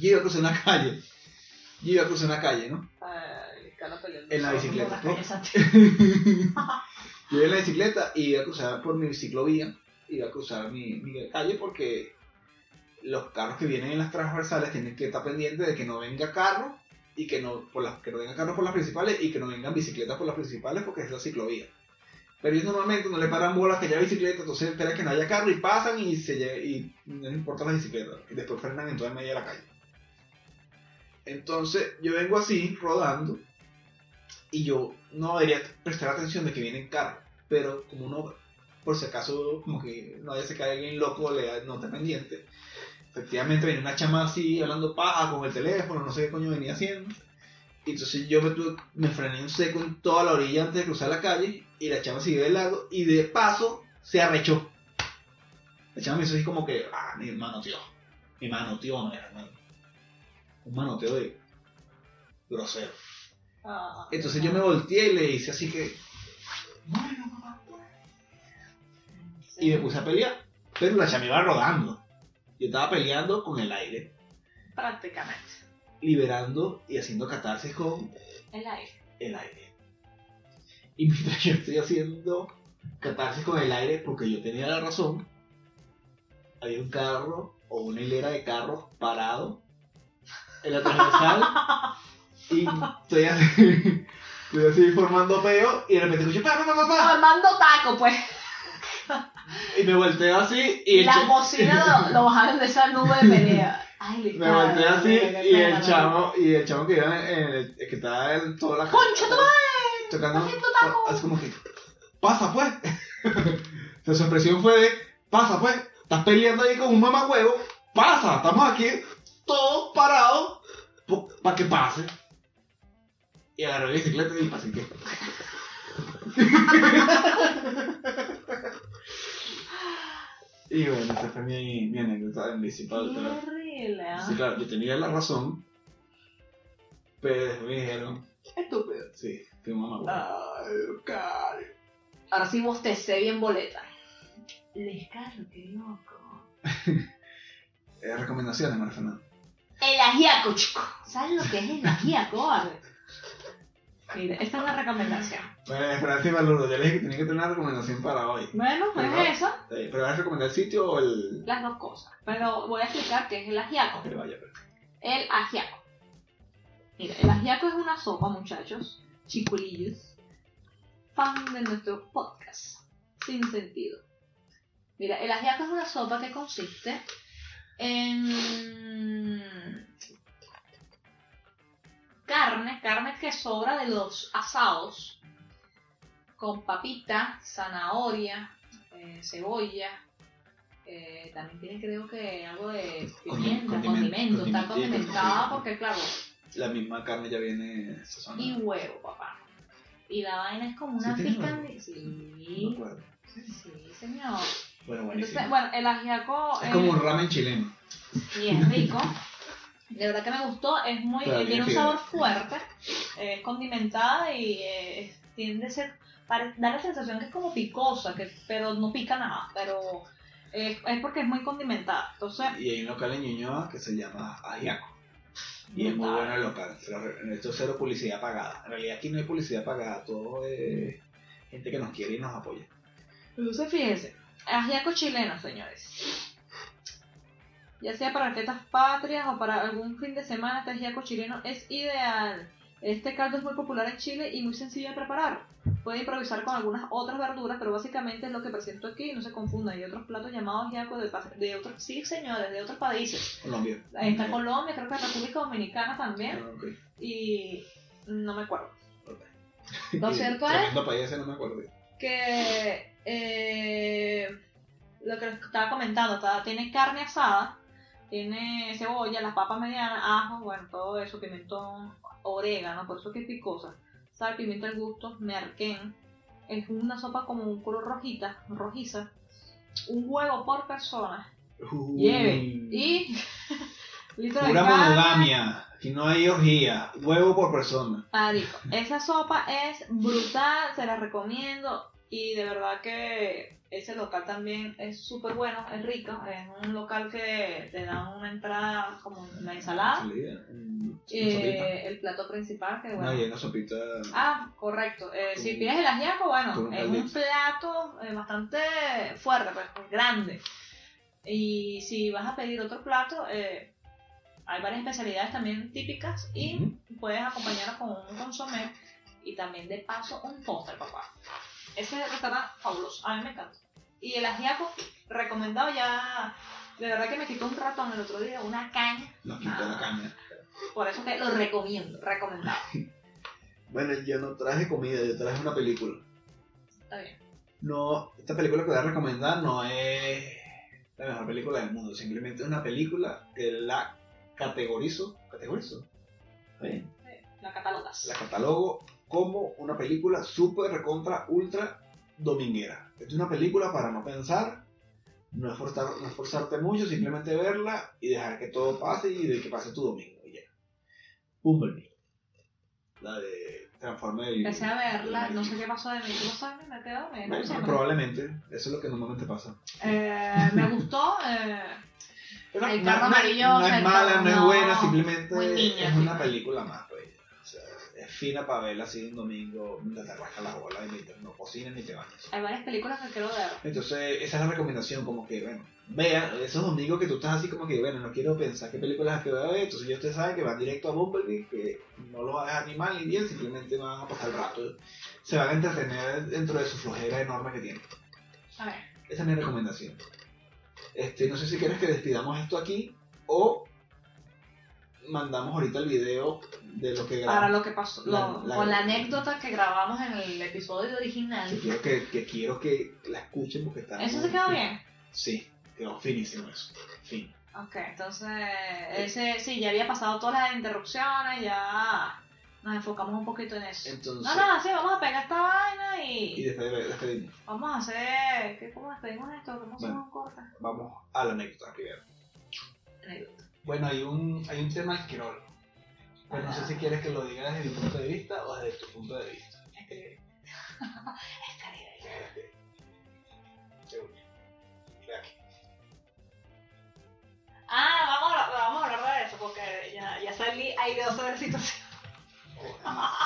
D: Yo iba a cruzar una calle, yo iba a cruzar una calle, ¿no? En la bicicleta, ¿no? yo iba en la bicicleta y iba a cruzar por mi ciclovía, iba a cruzar mi, mi calle porque los carros que vienen en las transversales tienen que estar pendientes de que no venga carro y que no, por las, que no vengan carros por las principales y que no vengan bicicletas por las principales porque es la ciclovía. Pero ellos normalmente no le paran bolas que haya bicicleta, entonces esperan que no haya carro y pasan y, se, lle- y no les importa las bicicletas. Y después frenan en toda la media de la calle. Entonces yo vengo así, rodando, y yo no debería prestar atención de que vienen carros. Pero como no, por si acaso, como que no haya se cae alguien loco, le da- no está pendiente. Efectivamente venía una chama así, hablando paja con el teléfono, no sé qué coño venía haciendo. Y entonces yo me, tuve- me frené en seco en toda la orilla antes de cruzar la calle y la chama siguió de lado y de paso se arrechó. La chama me hizo así como que, ah, mi hermano tío. Mi hermano tío no era hermano. Un manoteo de grosero.
C: Ah.
D: Entonces yo me volteé y le hice así que, bueno, mamá, pues". y me puse a pelear. Pero la chama iba rodando. Yo estaba peleando con el aire,
C: Prácticamente.
D: liberando y haciendo catarsis con
C: El aire.
D: el aire. Y mientras yo estoy haciendo catarsis con el aire, porque yo tenía la razón, había un carro o una hilera de carros parado en la transversal y estoy así, estoy así formando peo y de repente escucho pa, pa, pa, pa, pa",
C: Armando taco, pues.
D: y me volteo así y el
C: la
D: cha-
C: bocina lo, lo bajaron de esa nube de pelea. Ay, le
D: me volteo así
C: Ah,
D: y el chamo y el chamo que iba en el, que estaba en toda la
C: ¡Concha tu madre!
D: tocando.
C: Haciendo taco.
D: Así como que, pasa pues. O sea, su expresión fue de, pasa pues, estás peleando ahí con un mamahuevo, pasa, estamos aquí todos parados para que pase. Y agarré la bicicleta y pasé que. y bueno, esa fue mi, mi anécdota en bici para el trabajo.
C: Qué horrible, ¿ah?
D: Sí, claro, yo tenía la razón, pero después me dijeron,
C: Estúpido.
D: sí, fui un mamahuevo.
C: Ay, Oscar. Ahora sí bostecé bien boleta. Les carro, qué loco.
D: Eh, recomendaciones, María Fernanda.
C: El ajiaco, chico. ¿Sabes lo que es el ajiaco? Ale? Mira, esta es la recomendación.
D: Bueno, gracias, Valuro. Ya le dije que tenía que tener una recomendación para hoy.
C: Bueno, pues
D: Ajá.
C: eso,
D: Eh, ¿Pero vas a recomendar el sitio o el.?
C: las dos cosas. Pero voy a explicar qué es el ajiaco.
D: Ok, vaya, pues.
C: El ajiaco. Mira, el ajiaco es una sopa, muchachos, chiculillos, fan de nuestro podcast, sin sentido. Mira, el ajiaco es una sopa que consiste en carne, carne que sobra de los asados, con papita, zanahoria, eh, cebolla, eh, también tiene creo que algo de pimienta,
D: condimento,
C: condimento, está
D: condimentico,
C: condimentada
D: sí.
C: porque claro,
D: La misma carne ya viene sazonada.
C: y huevo, papá. Y la vaina es como una
D: ¿Sí tiene
C: pican-
D: huevo? No me
C: Sí,
D: acuerdo.
C: sí, señor.
D: Bueno, buenísimo.
C: Entonces, bueno, el ajiaco
D: es
C: eh,
D: como un ramen chileno.
C: y es rico. De verdad que me gustó, es muy,
D: Claro,
C: eh, tiene un
D: tiene
C: sabor fuerte, eh, es condimentada y eh, tiende a ser, pare- da la sensación que es como picosa, que, pero no pica nada, pero es, es porque es muy condimentada. Entonces,
D: Y hay un local en Ñuñoa que se llama Ajiaco. Y es muy
C: brutal.
D: bueno el local. Se lo re- Esto es cero publicidad pagada. En realidad aquí no hay publicidad pagada. Todo es gente que nos quiere y nos apoya.
C: Entonces, fíjense, ajiaco chileno, señores. Ya sea para fiestas patrias o para algún fin de semana, este ajiaco chileno es ideal. Este caldo es muy popular en Chile y muy sencillo de preparar. Puede improvisar con algunas otras verduras, pero básicamente es lo que presento aquí, no se confundan. Hay otros platos llamados ajiaco de, pas- de otros, sí señores, de otros países.
D: Colombia.
C: Ahí Está Colombia, creo que República Dominicana también,
D: Ah, ok.
C: y no me acuerdo.
D: Ok.
C: Lo cierto eh? es
D: Tremendo país ese, no me acuerdo.
C: que eh, lo que les estaba comentando, está- tiene carne asada, tiene cebolla, las papas medianas, ajo, bueno, todo eso, pimentón, orégano, por eso que es picosa, sal, pimienta al gusto, merquén, es una sopa como un color rojita, rojiza, un huevo por persona,
D: Uy.
C: lleve y litro de
D: Pura
C: carne,
D: monogamia. Aquí no hay orgía, huevo por persona.
C: Marico, esa sopa es brutal, se la recomiendo. Y de verdad que ese local también es súper bueno, es rico. Es un local que te da una entrada como una ensalada.
D: Salida, mm, sopita.
C: eh, el plato principal, que bueno.
D: No, y una sopita.
C: Ah, correcto. Eh, si
D: Tú-
C: pides el ajiaco,
D: tú
C: bueno,
D: nunca
C: es
D: le-
C: un plato eh, bastante fuerte, pues, pues, grande. Y si vas a pedir otro plato, eh, hay varias especialidades también típicas y
D: Ujú.
C: puedes acompañarlo con un consomé y también de paso un postre, papá. Ese restaurante fabuloso, a mí me encanta. Y el ajiaco, recomendado ya, de verdad que me quitó un ratón el otro día, una caña,
D: Nos quitó
C: Ah.
D: la caña.
C: por eso que lo recomiendo, recomendado.
D: Bueno, yo no traje comida, yo traje una película.
C: Está bien.
D: no, esta película que voy a recomendar no es la mejor película del mundo, simplemente es una película que la categorizo, categorizo, ¿Está bien?
C: La catalogas.
D: la catalogo como una película super recontra ultra dominguera. Es una película para no pensar, no, esforzar- no esforzarte mucho, simplemente verla y dejar que todo pase y de que pase tu domingo y ya. Bumblebee. La de Transforme
C: Empecé a verla, no sé qué pasó de mí, tú lo sabes, me quedo me- no sé,
D: Bueno,
C: me-
D: probablemente, eso es lo que normalmente pasa.
C: Eh, me gustó, eh,
D: Pero
C: El
D: no-
C: carro
D: no-
C: amarillo,
D: No es
C: el
D: mala,
C: carro-
D: no es
C: no,
D: buena, simplemente
C: muy niña,
D: es una
C: sí.
D: película más, pues. O sea, es fina para verla así un domingo mientras te rascas las bolas y mientras no cocinas ni te bañas.
C: hay varias películas que quiero ver.
D: Entonces, esa es la recomendación, como que, bueno, vean, esos domingos que tú estás así como que, bueno, no quiero pensar qué películas que voy a ver, entonces ya ustedes saben que van directo a Bumblebee, que no los van a dejar ni mal ni bien, simplemente van a pasar el rato, se van a entretener dentro de su flojera enorme que tienen.
C: A ver,
D: Esa es mi recomendación. Este, no sé si quieres que despidamos esto aquí o mandamos ahorita el video de lo que
C: para
D: grabamos.
C: lo que pasó,
D: La-
C: lo-
D: la-
C: con la anécdota que grabamos en el episodio original.
D: Que quiero que, que quiero que la escuchen porque está.
C: ¿Eso
D: muy
C: se quedó
D: fin.
C: bien?
D: Sí, quedó finísimo eso. Fin.
C: Ok, entonces, ese, sí, ya había pasado todas las interrupciones, ya nos enfocamos un poquito en eso.
D: Entonces,
C: No, no, sí, vamos a pegar esta vaina
D: y
C: y
D: despe- despedimos.
C: vamos a hacer, ¿qué, ¿cómo despedimos esto? ¿Cómo se
D: Bueno.
C: nos corta? Este
D: Vamos a la anécdota primero.
C: Anécdota.
D: Bueno, hay un, hay un tema asqueroso. Pero no sé si quieres que lo digas desde mi punto de vista o desde tu punto de vista.
C: Está bien. Ah, vamos a, vamos a hablar de eso porque ya, ya salí airoso de la situación.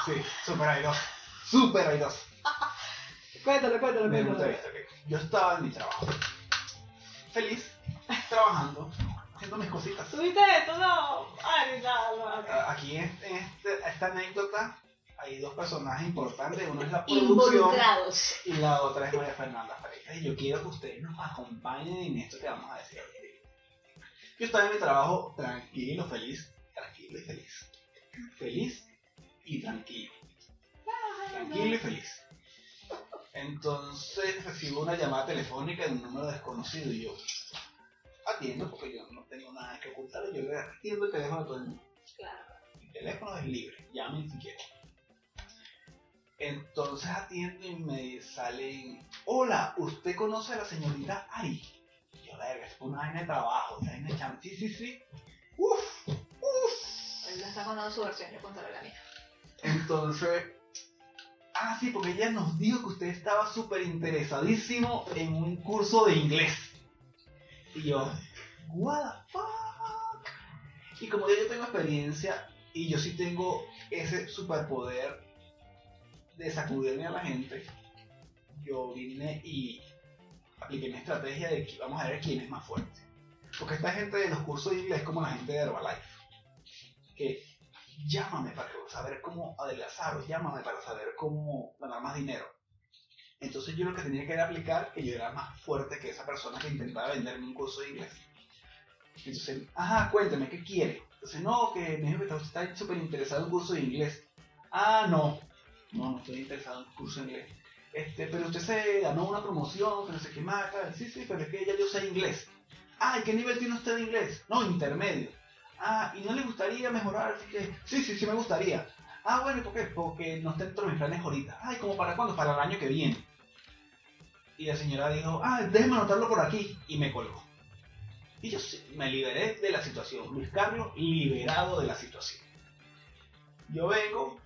D: Sí, súper airoso. Súper airoso.
C: Cuéntale, cuéntale,
D: Desde mi punto de vista, ok. Yo estaba en mi trabajo. Feliz, trabajando, haciendo mis cositas.
C: ¿Tuviste esto? No. Ay, nada, no.
D: A- Aquí en, en este- esta anécdota hay dos personajes importantes. Uno es la producción
C: Involucrados.
D: y la otra es María Fernanda Freitas. Y yo quiero que ustedes nos acompañen en esto que vamos a decir ahorita. Yo estaba en mi trabajo tranquilo, feliz, tranquilo y feliz. Feliz y tranquilo. tranquilo y feliz. Entonces recibo una llamada telefónica de un número desconocido y yo atiendo porque yo no tengo nada que ocultar, yo le atiendo el teléfono a todo el mundo.
C: Claro.
D: Mi teléfono es libre, llamen si quieren. Entonces atiendo y me salen, hola, ¿usted conoce a la señorita Ari? Y Yo, verga, es una vaina de trabajo, una vaina de chamba. Sí, sí, sí. Uf, uf.
C: Él está contando su versión, yo contaré la mía.
D: Entonces, ah, sí, porque ella nos dijo que usted estaba súper interesadísimo en un curso de inglés. Y yo, what the fuck? Y como ya yo tengo experiencia y yo sí tengo ese superpoder de sacudirme a la gente, yo vine y apliqué mi estrategia de que vamos a ver quién es más fuerte. Porque esta gente de los cursos de inglés es como la gente de Herbalife. Que llámame para saber cómo adelgazar o llámame para saber cómo ganar más dinero. Entonces yo lo que tenía que era aplicar que yo era más fuerte que esa persona que intentaba venderme un curso de inglés. Entonces, ajá, cuéntame, ¿qué quiere? Entonces, no, que me dijo que está- está súper interesado en un curso de inglés. Ah, no, no, no estoy interesado en un curso de inglés. Este, pero usted se ganó una promoción, que no sé qué más, tal. sí, sí, pero es que ya yo sé inglés. Ah, ¿y qué nivel tiene usted de inglés? No, intermedio. Ah, ¿y no le gustaría mejorar? Así que, sí, sí, sí me gustaría. Ah, bueno, ¿por qué? Porque no está dentro de mis planes ahorita. Ay, ¿como para cuándo? Para el año que viene. Y la señora dijo, ah, déjeme anotarlo por aquí. Y me colgó. Y yo sí, me liberé de la situación. Luis Carlos, liberado de la situación. Yo vengo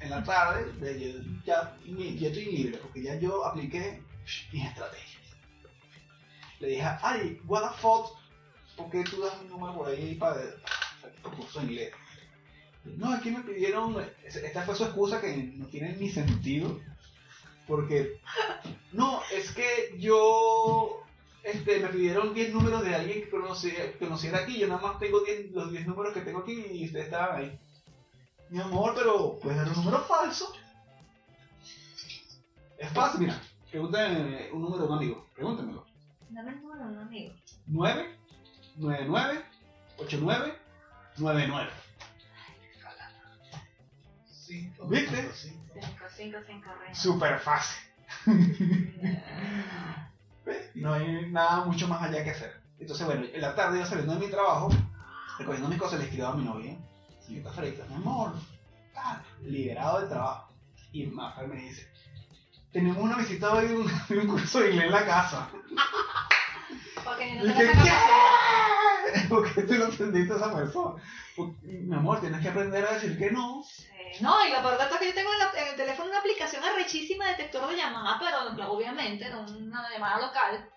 D: en la tarde, de- yo ya, ni- ya estoy libre, porque ya yo apliqué mis estrategias. Le dije, Ari, what the fuck, ¿por qué tú das mi número por ahí para para el curso de inglés? No, aquí me pidieron, esta fue su excusa que no tiene ni sentido, porque, no, es que yo este, me pidieron 10 números de alguien que conociera, conociera aquí. Yo nada más tengo 10 los 10 números que tengo aquí y ustedes estaban ahí. Mi amor, pero puedes dar un número falso. Es fácil, mira. Pregúntame un número de un amigo. Pregúntamelo.
C: Dame el número de un amigo.
D: 9, 99, 89, 99.
E: Cinco,
D: ¿Viste?
E: cinco, cinco.
C: 5, 5, 5, reina.
D: Súper fácil.
C: Eh,
D: ¿Ves? No hay nada mucho más allá que hacer. Entonces, bueno, en la tarde yo saliendo de mi trabajo, recogiendo mis cosas, le escribo a mi novia, señorita Freitas, mi amor, tal, liberado del trabajo. Y Maffer me dice, tenemos una visita hoy de un, de un curso de inglés en la casa.
C: Porque
D: Y
C: yo no
D: dije,
C: tengo esa capacidad.
D: ¿qué? ¿Por qué tú no entendiste a esa persona? Porque, mi amor, tienes que aprender a decir que no.
C: Eh, No, y lo peor de todo es que yo tengo en, la- en el teléfono una aplicación arrechísima de detector de llamada, pero claro, obviamente era una llamada local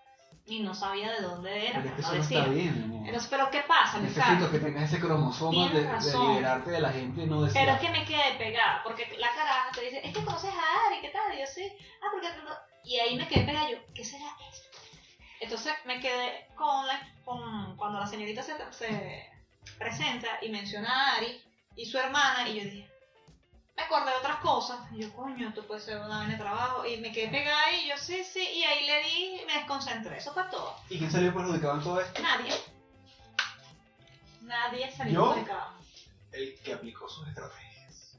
C: y no sabía de dónde era,
D: Pero es que
C: no
D: eso no está
C: decía.
D: bien, amor.
C: Entonces, pero ¿qué pasa? Me
D: Necesito
C: saco.
D: Este que tengas ese cromosoma
C: Tienes
D: de, de
C: razón.
D: liberarte de la gente y no decir.
C: Pero es que me quedé pegada, porque la caraja te dice, es que conoces a Ari, ¿qué tal? Y yo sí, ah, porque... tú no-". Y ahí me quedé pegada yo, ¿qué será esto? Entonces me quedé con la... Con, cuando la señorita se, se presenta y menciona a Ari y su hermana, y yo dije, me acordé de otras cosas. Y yo, coño, esto puede ser una vaina de trabajo. Y me quedé pegada y yo sí, sí, y ahí le di y me desconcentré. Eso fue todo.
D: ¿Y quién salió perjudicado en todo esto?
C: Nadie. Nadie
D: ¿Yo?
C: salió de cada
D: el que aplicó sus estrategias.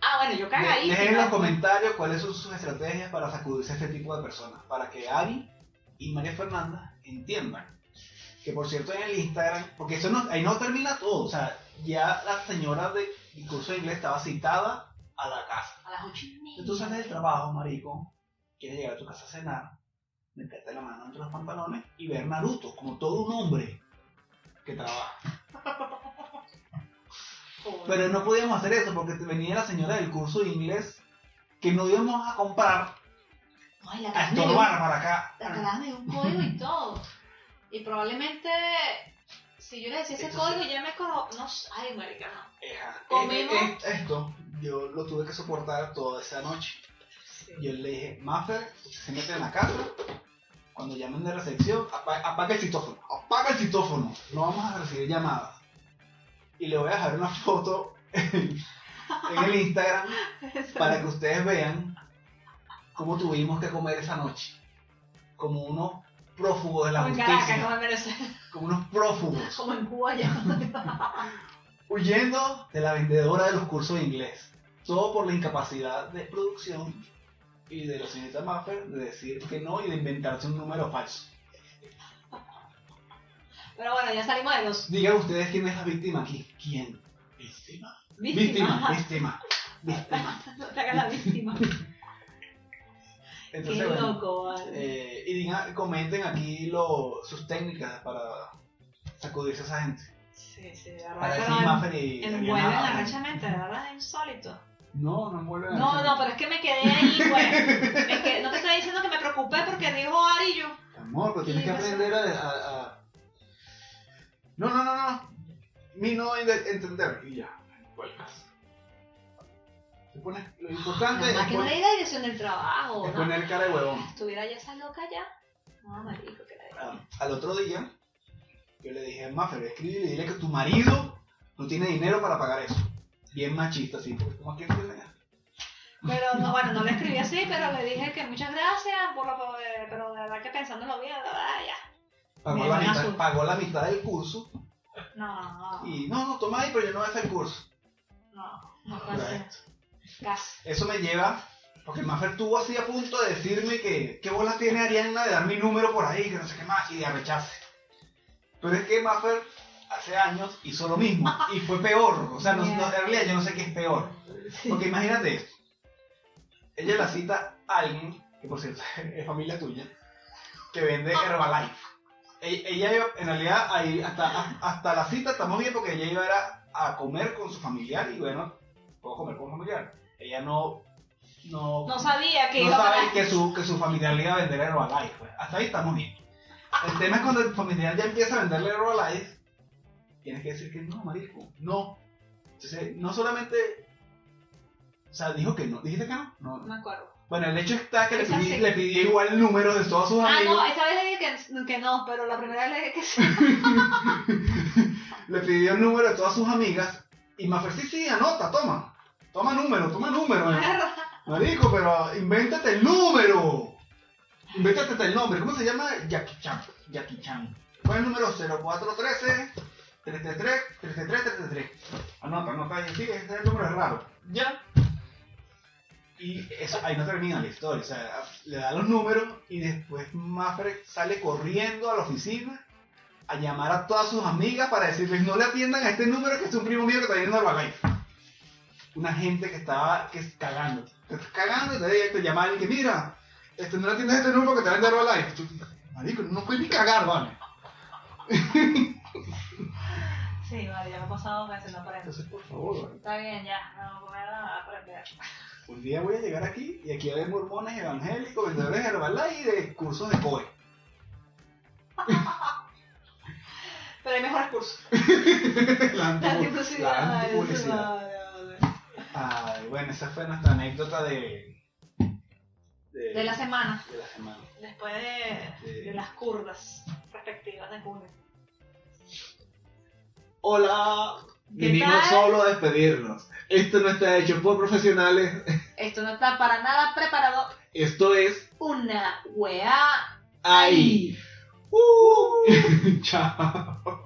C: Ah, bueno, yo
D: De-
C: cagadísima.
D: Dejen en los comentarios cuáles son sus estrategias para sacudirse a este tipo de personas, para que Ari y María Fernanda entiendan. Que por cierto en el Instagram, porque eso no, ahí no termina todo, o sea, ya la señora de mi curso de inglés estaba citada a la casa.
C: A las ocho y media.
D: Entonces tú sales del trabajo, marico, quieres llegar a tu casa a cenar, meterte la mano entre los pantalones y ver Naruto, como todo un hombre que trabaja.
C: Joder.
D: Pero no podíamos hacer eso porque venía la señora del curso de inglés que no íbamos a comprar
C: Ay, la
D: a
C: cagada me dio-
D: estorbar para
C: La
D: acá.
C: cagada me dio un código y todo. Y probablemente, si yo le decía ese
D: Entonces-
C: código, yo me cojo. No, sé, ay, marica, no.
D: Ejá,
C: Comimos.
D: eh, eh, Esto yo lo tuve que soportar toda esa noche. Yo le dije, Maffer, usted se mete en la casa. Cuando llamen de recepción, apa- apaga el citófono. Apaga el citófono. No vamos a recibir llamadas. Y le voy a dejar una foto en, en el Instagram para que ustedes vean cómo tuvimos que comer esa noche. Como unos prófugos de la
C: Como en Caracas,
D: justicia.
C: como en Venezuela,
D: como unos prófugos,
C: como en Cuba ya.
D: huyendo de la vendedora de los cursos de inglés. Todo por la incapacidad de producción y de la señorita Maffer de decir que no y de inventarse un número falso.
C: Pero bueno, ya salimos de los
D: Digan ustedes quién es la víctima aquí. ¿Quién? Víctima. Víctima,
C: víctimas.
D: víctima. Víctima.
C: No te hagas la víctima. Qué
D: Entonces, bueno,
C: loco, vale.
D: eh, y digan, comenten aquí lo, sus técnicas para sacudirse a esa gente.
C: Sí, sí, de
D: Para
C: verdad.
D: decir
C: Pero
D: Maffer y.
C: en-
D: Ariana
C: envuelven
D: hablan.
C: arrechamente, de verdad, es insólito.
D: Ah, No, no envuelven
C: No, no, pero es que me quedé ahí, güey. Me quedé- no te estoy diciendo que me preocupé porque dijo Ari y yo.
D: Amor, pero tienes
C: Y
D: que
C: pasa-
D: aprender a, a- a- No, no, no, no. Mi no en- entender. Y ya, vuelcas. Te pones- Lo importante es,
C: Nada más que no
D: pon-
C: le di Ah, la dirección del trabajo,
D: es
C: ¿no?
D: poner cara de huevón.
C: Estuviera ya esa loca ya. No, marico, que la de-
D: Ah, Al otro día, yo le dije, Maffer, escríbele y dile que tu marido no tiene dinero para pagar eso. Bien machista, sí, porque como aquí se enseña.
C: Pero no, bueno, no le escribí así, pero le dije que muchas gracias por la por- pero de verdad que pensándolo bien, de verdad, ya.
D: Pagó
C: Bien,
D: la,
C: buen
D: mitad,
C: asunto.
D: pagó la mitad del curso
C: No,
D: y no, no, toma ahí, pero yo no voy a hacer el curso.
C: no, no fue así. Casi.
D: Eso me lleva, porque Maffer estuvo así a punto de decirme que qué bola tiene Ariana de dar mi número por ahí, que no sé qué más, y de arrecharse. Pero es que Maffer hace años hizo lo mismo, y fue peor. O sea, no, no- en realidad yo no sé qué es peor. Porque imagínate esto. Ella la cita a alguien, que por cierto es familia tuya, que vende Herbalife. Ella, ella iba- en realidad, ahí hasta, hasta la cita estamos bien porque ella iba era a comer con su familiar y bueno, puedo comer con familiar. Ella no. No,
C: No sabía que
D: no
C: iba
D: sabe
C: para...
D: que su, que su familiar le iba a vender Herbalife. Pues. Hasta ahí estamos bien. El tema es cuando el familiar ya empieza a venderle Herbalife, tienes que decir que no, marico, no. Entonces, no solamente. O sea, dijo que no. ¿Dijiste que no? No.
C: No me acuerdo.
D: Bueno, el hecho está que le
C: Esa
D: pidí,
C: sí.
D: le pidí igual número de todos sus
C: Ah,
D: amigos.
C: no, esa vez le dije que, que no, pero la primera vez le dije que sí.
D: le pidió el número de todas sus amigas y Mafer sí, sí, anota, toma. Toma número, toma número. Marico, pero invéntate el número. Invéntate el nombre. ¿Cómo se llama? Jackie Chan. Jackie Chan. ¿Cuál es el número? 0413 33 33 33. Anota, anota. Y sí, este número es raro. Ya. Y eso, ahí no termina la historia. O sea, le da los números y después Mafre sale corriendo a la oficina a llamar a todas sus amigas para decirles no le atiendan a este número que es un primo mío que está yendo al balay una gente que estaba que es cagando. Te estás cagando y te, te llaman y que mira, este, no tienes este número que te vende Herbalife. Tú, marico, no puedes ni cagar, vale.
C: Sí, vale, ya me he pasado veces, no por eso.
D: Entonces, por favor, vale.
C: Está bien, ya, no voy a nada para aprender.
D: Un día voy a llegar aquí y aquí hay mormones evangélicos, vendedores de Herbalife y de cursos de COE.
C: Pero hay mejores cursos.
D: la
C: La
D: antipu-
C: tiposidad,
D: la
C: vale,
D: antipublicidad.
C: vale, vale.
D: Ay, bueno, esa fue nuestra anécdota de... De,
C: De la semana,
D: de la semana.
C: después de,
D: Sí.
C: de las curvas respectivas de junio.
D: Hola,
C: ¿Qué
D: vinimos
C: tal?
D: solo a despedirnos. Esto no está hecho por profesionales,
C: Esto no está para nada preparado.
D: esto es
C: Una weá
D: ahí.
C: ahí.
D: Uh. Chao.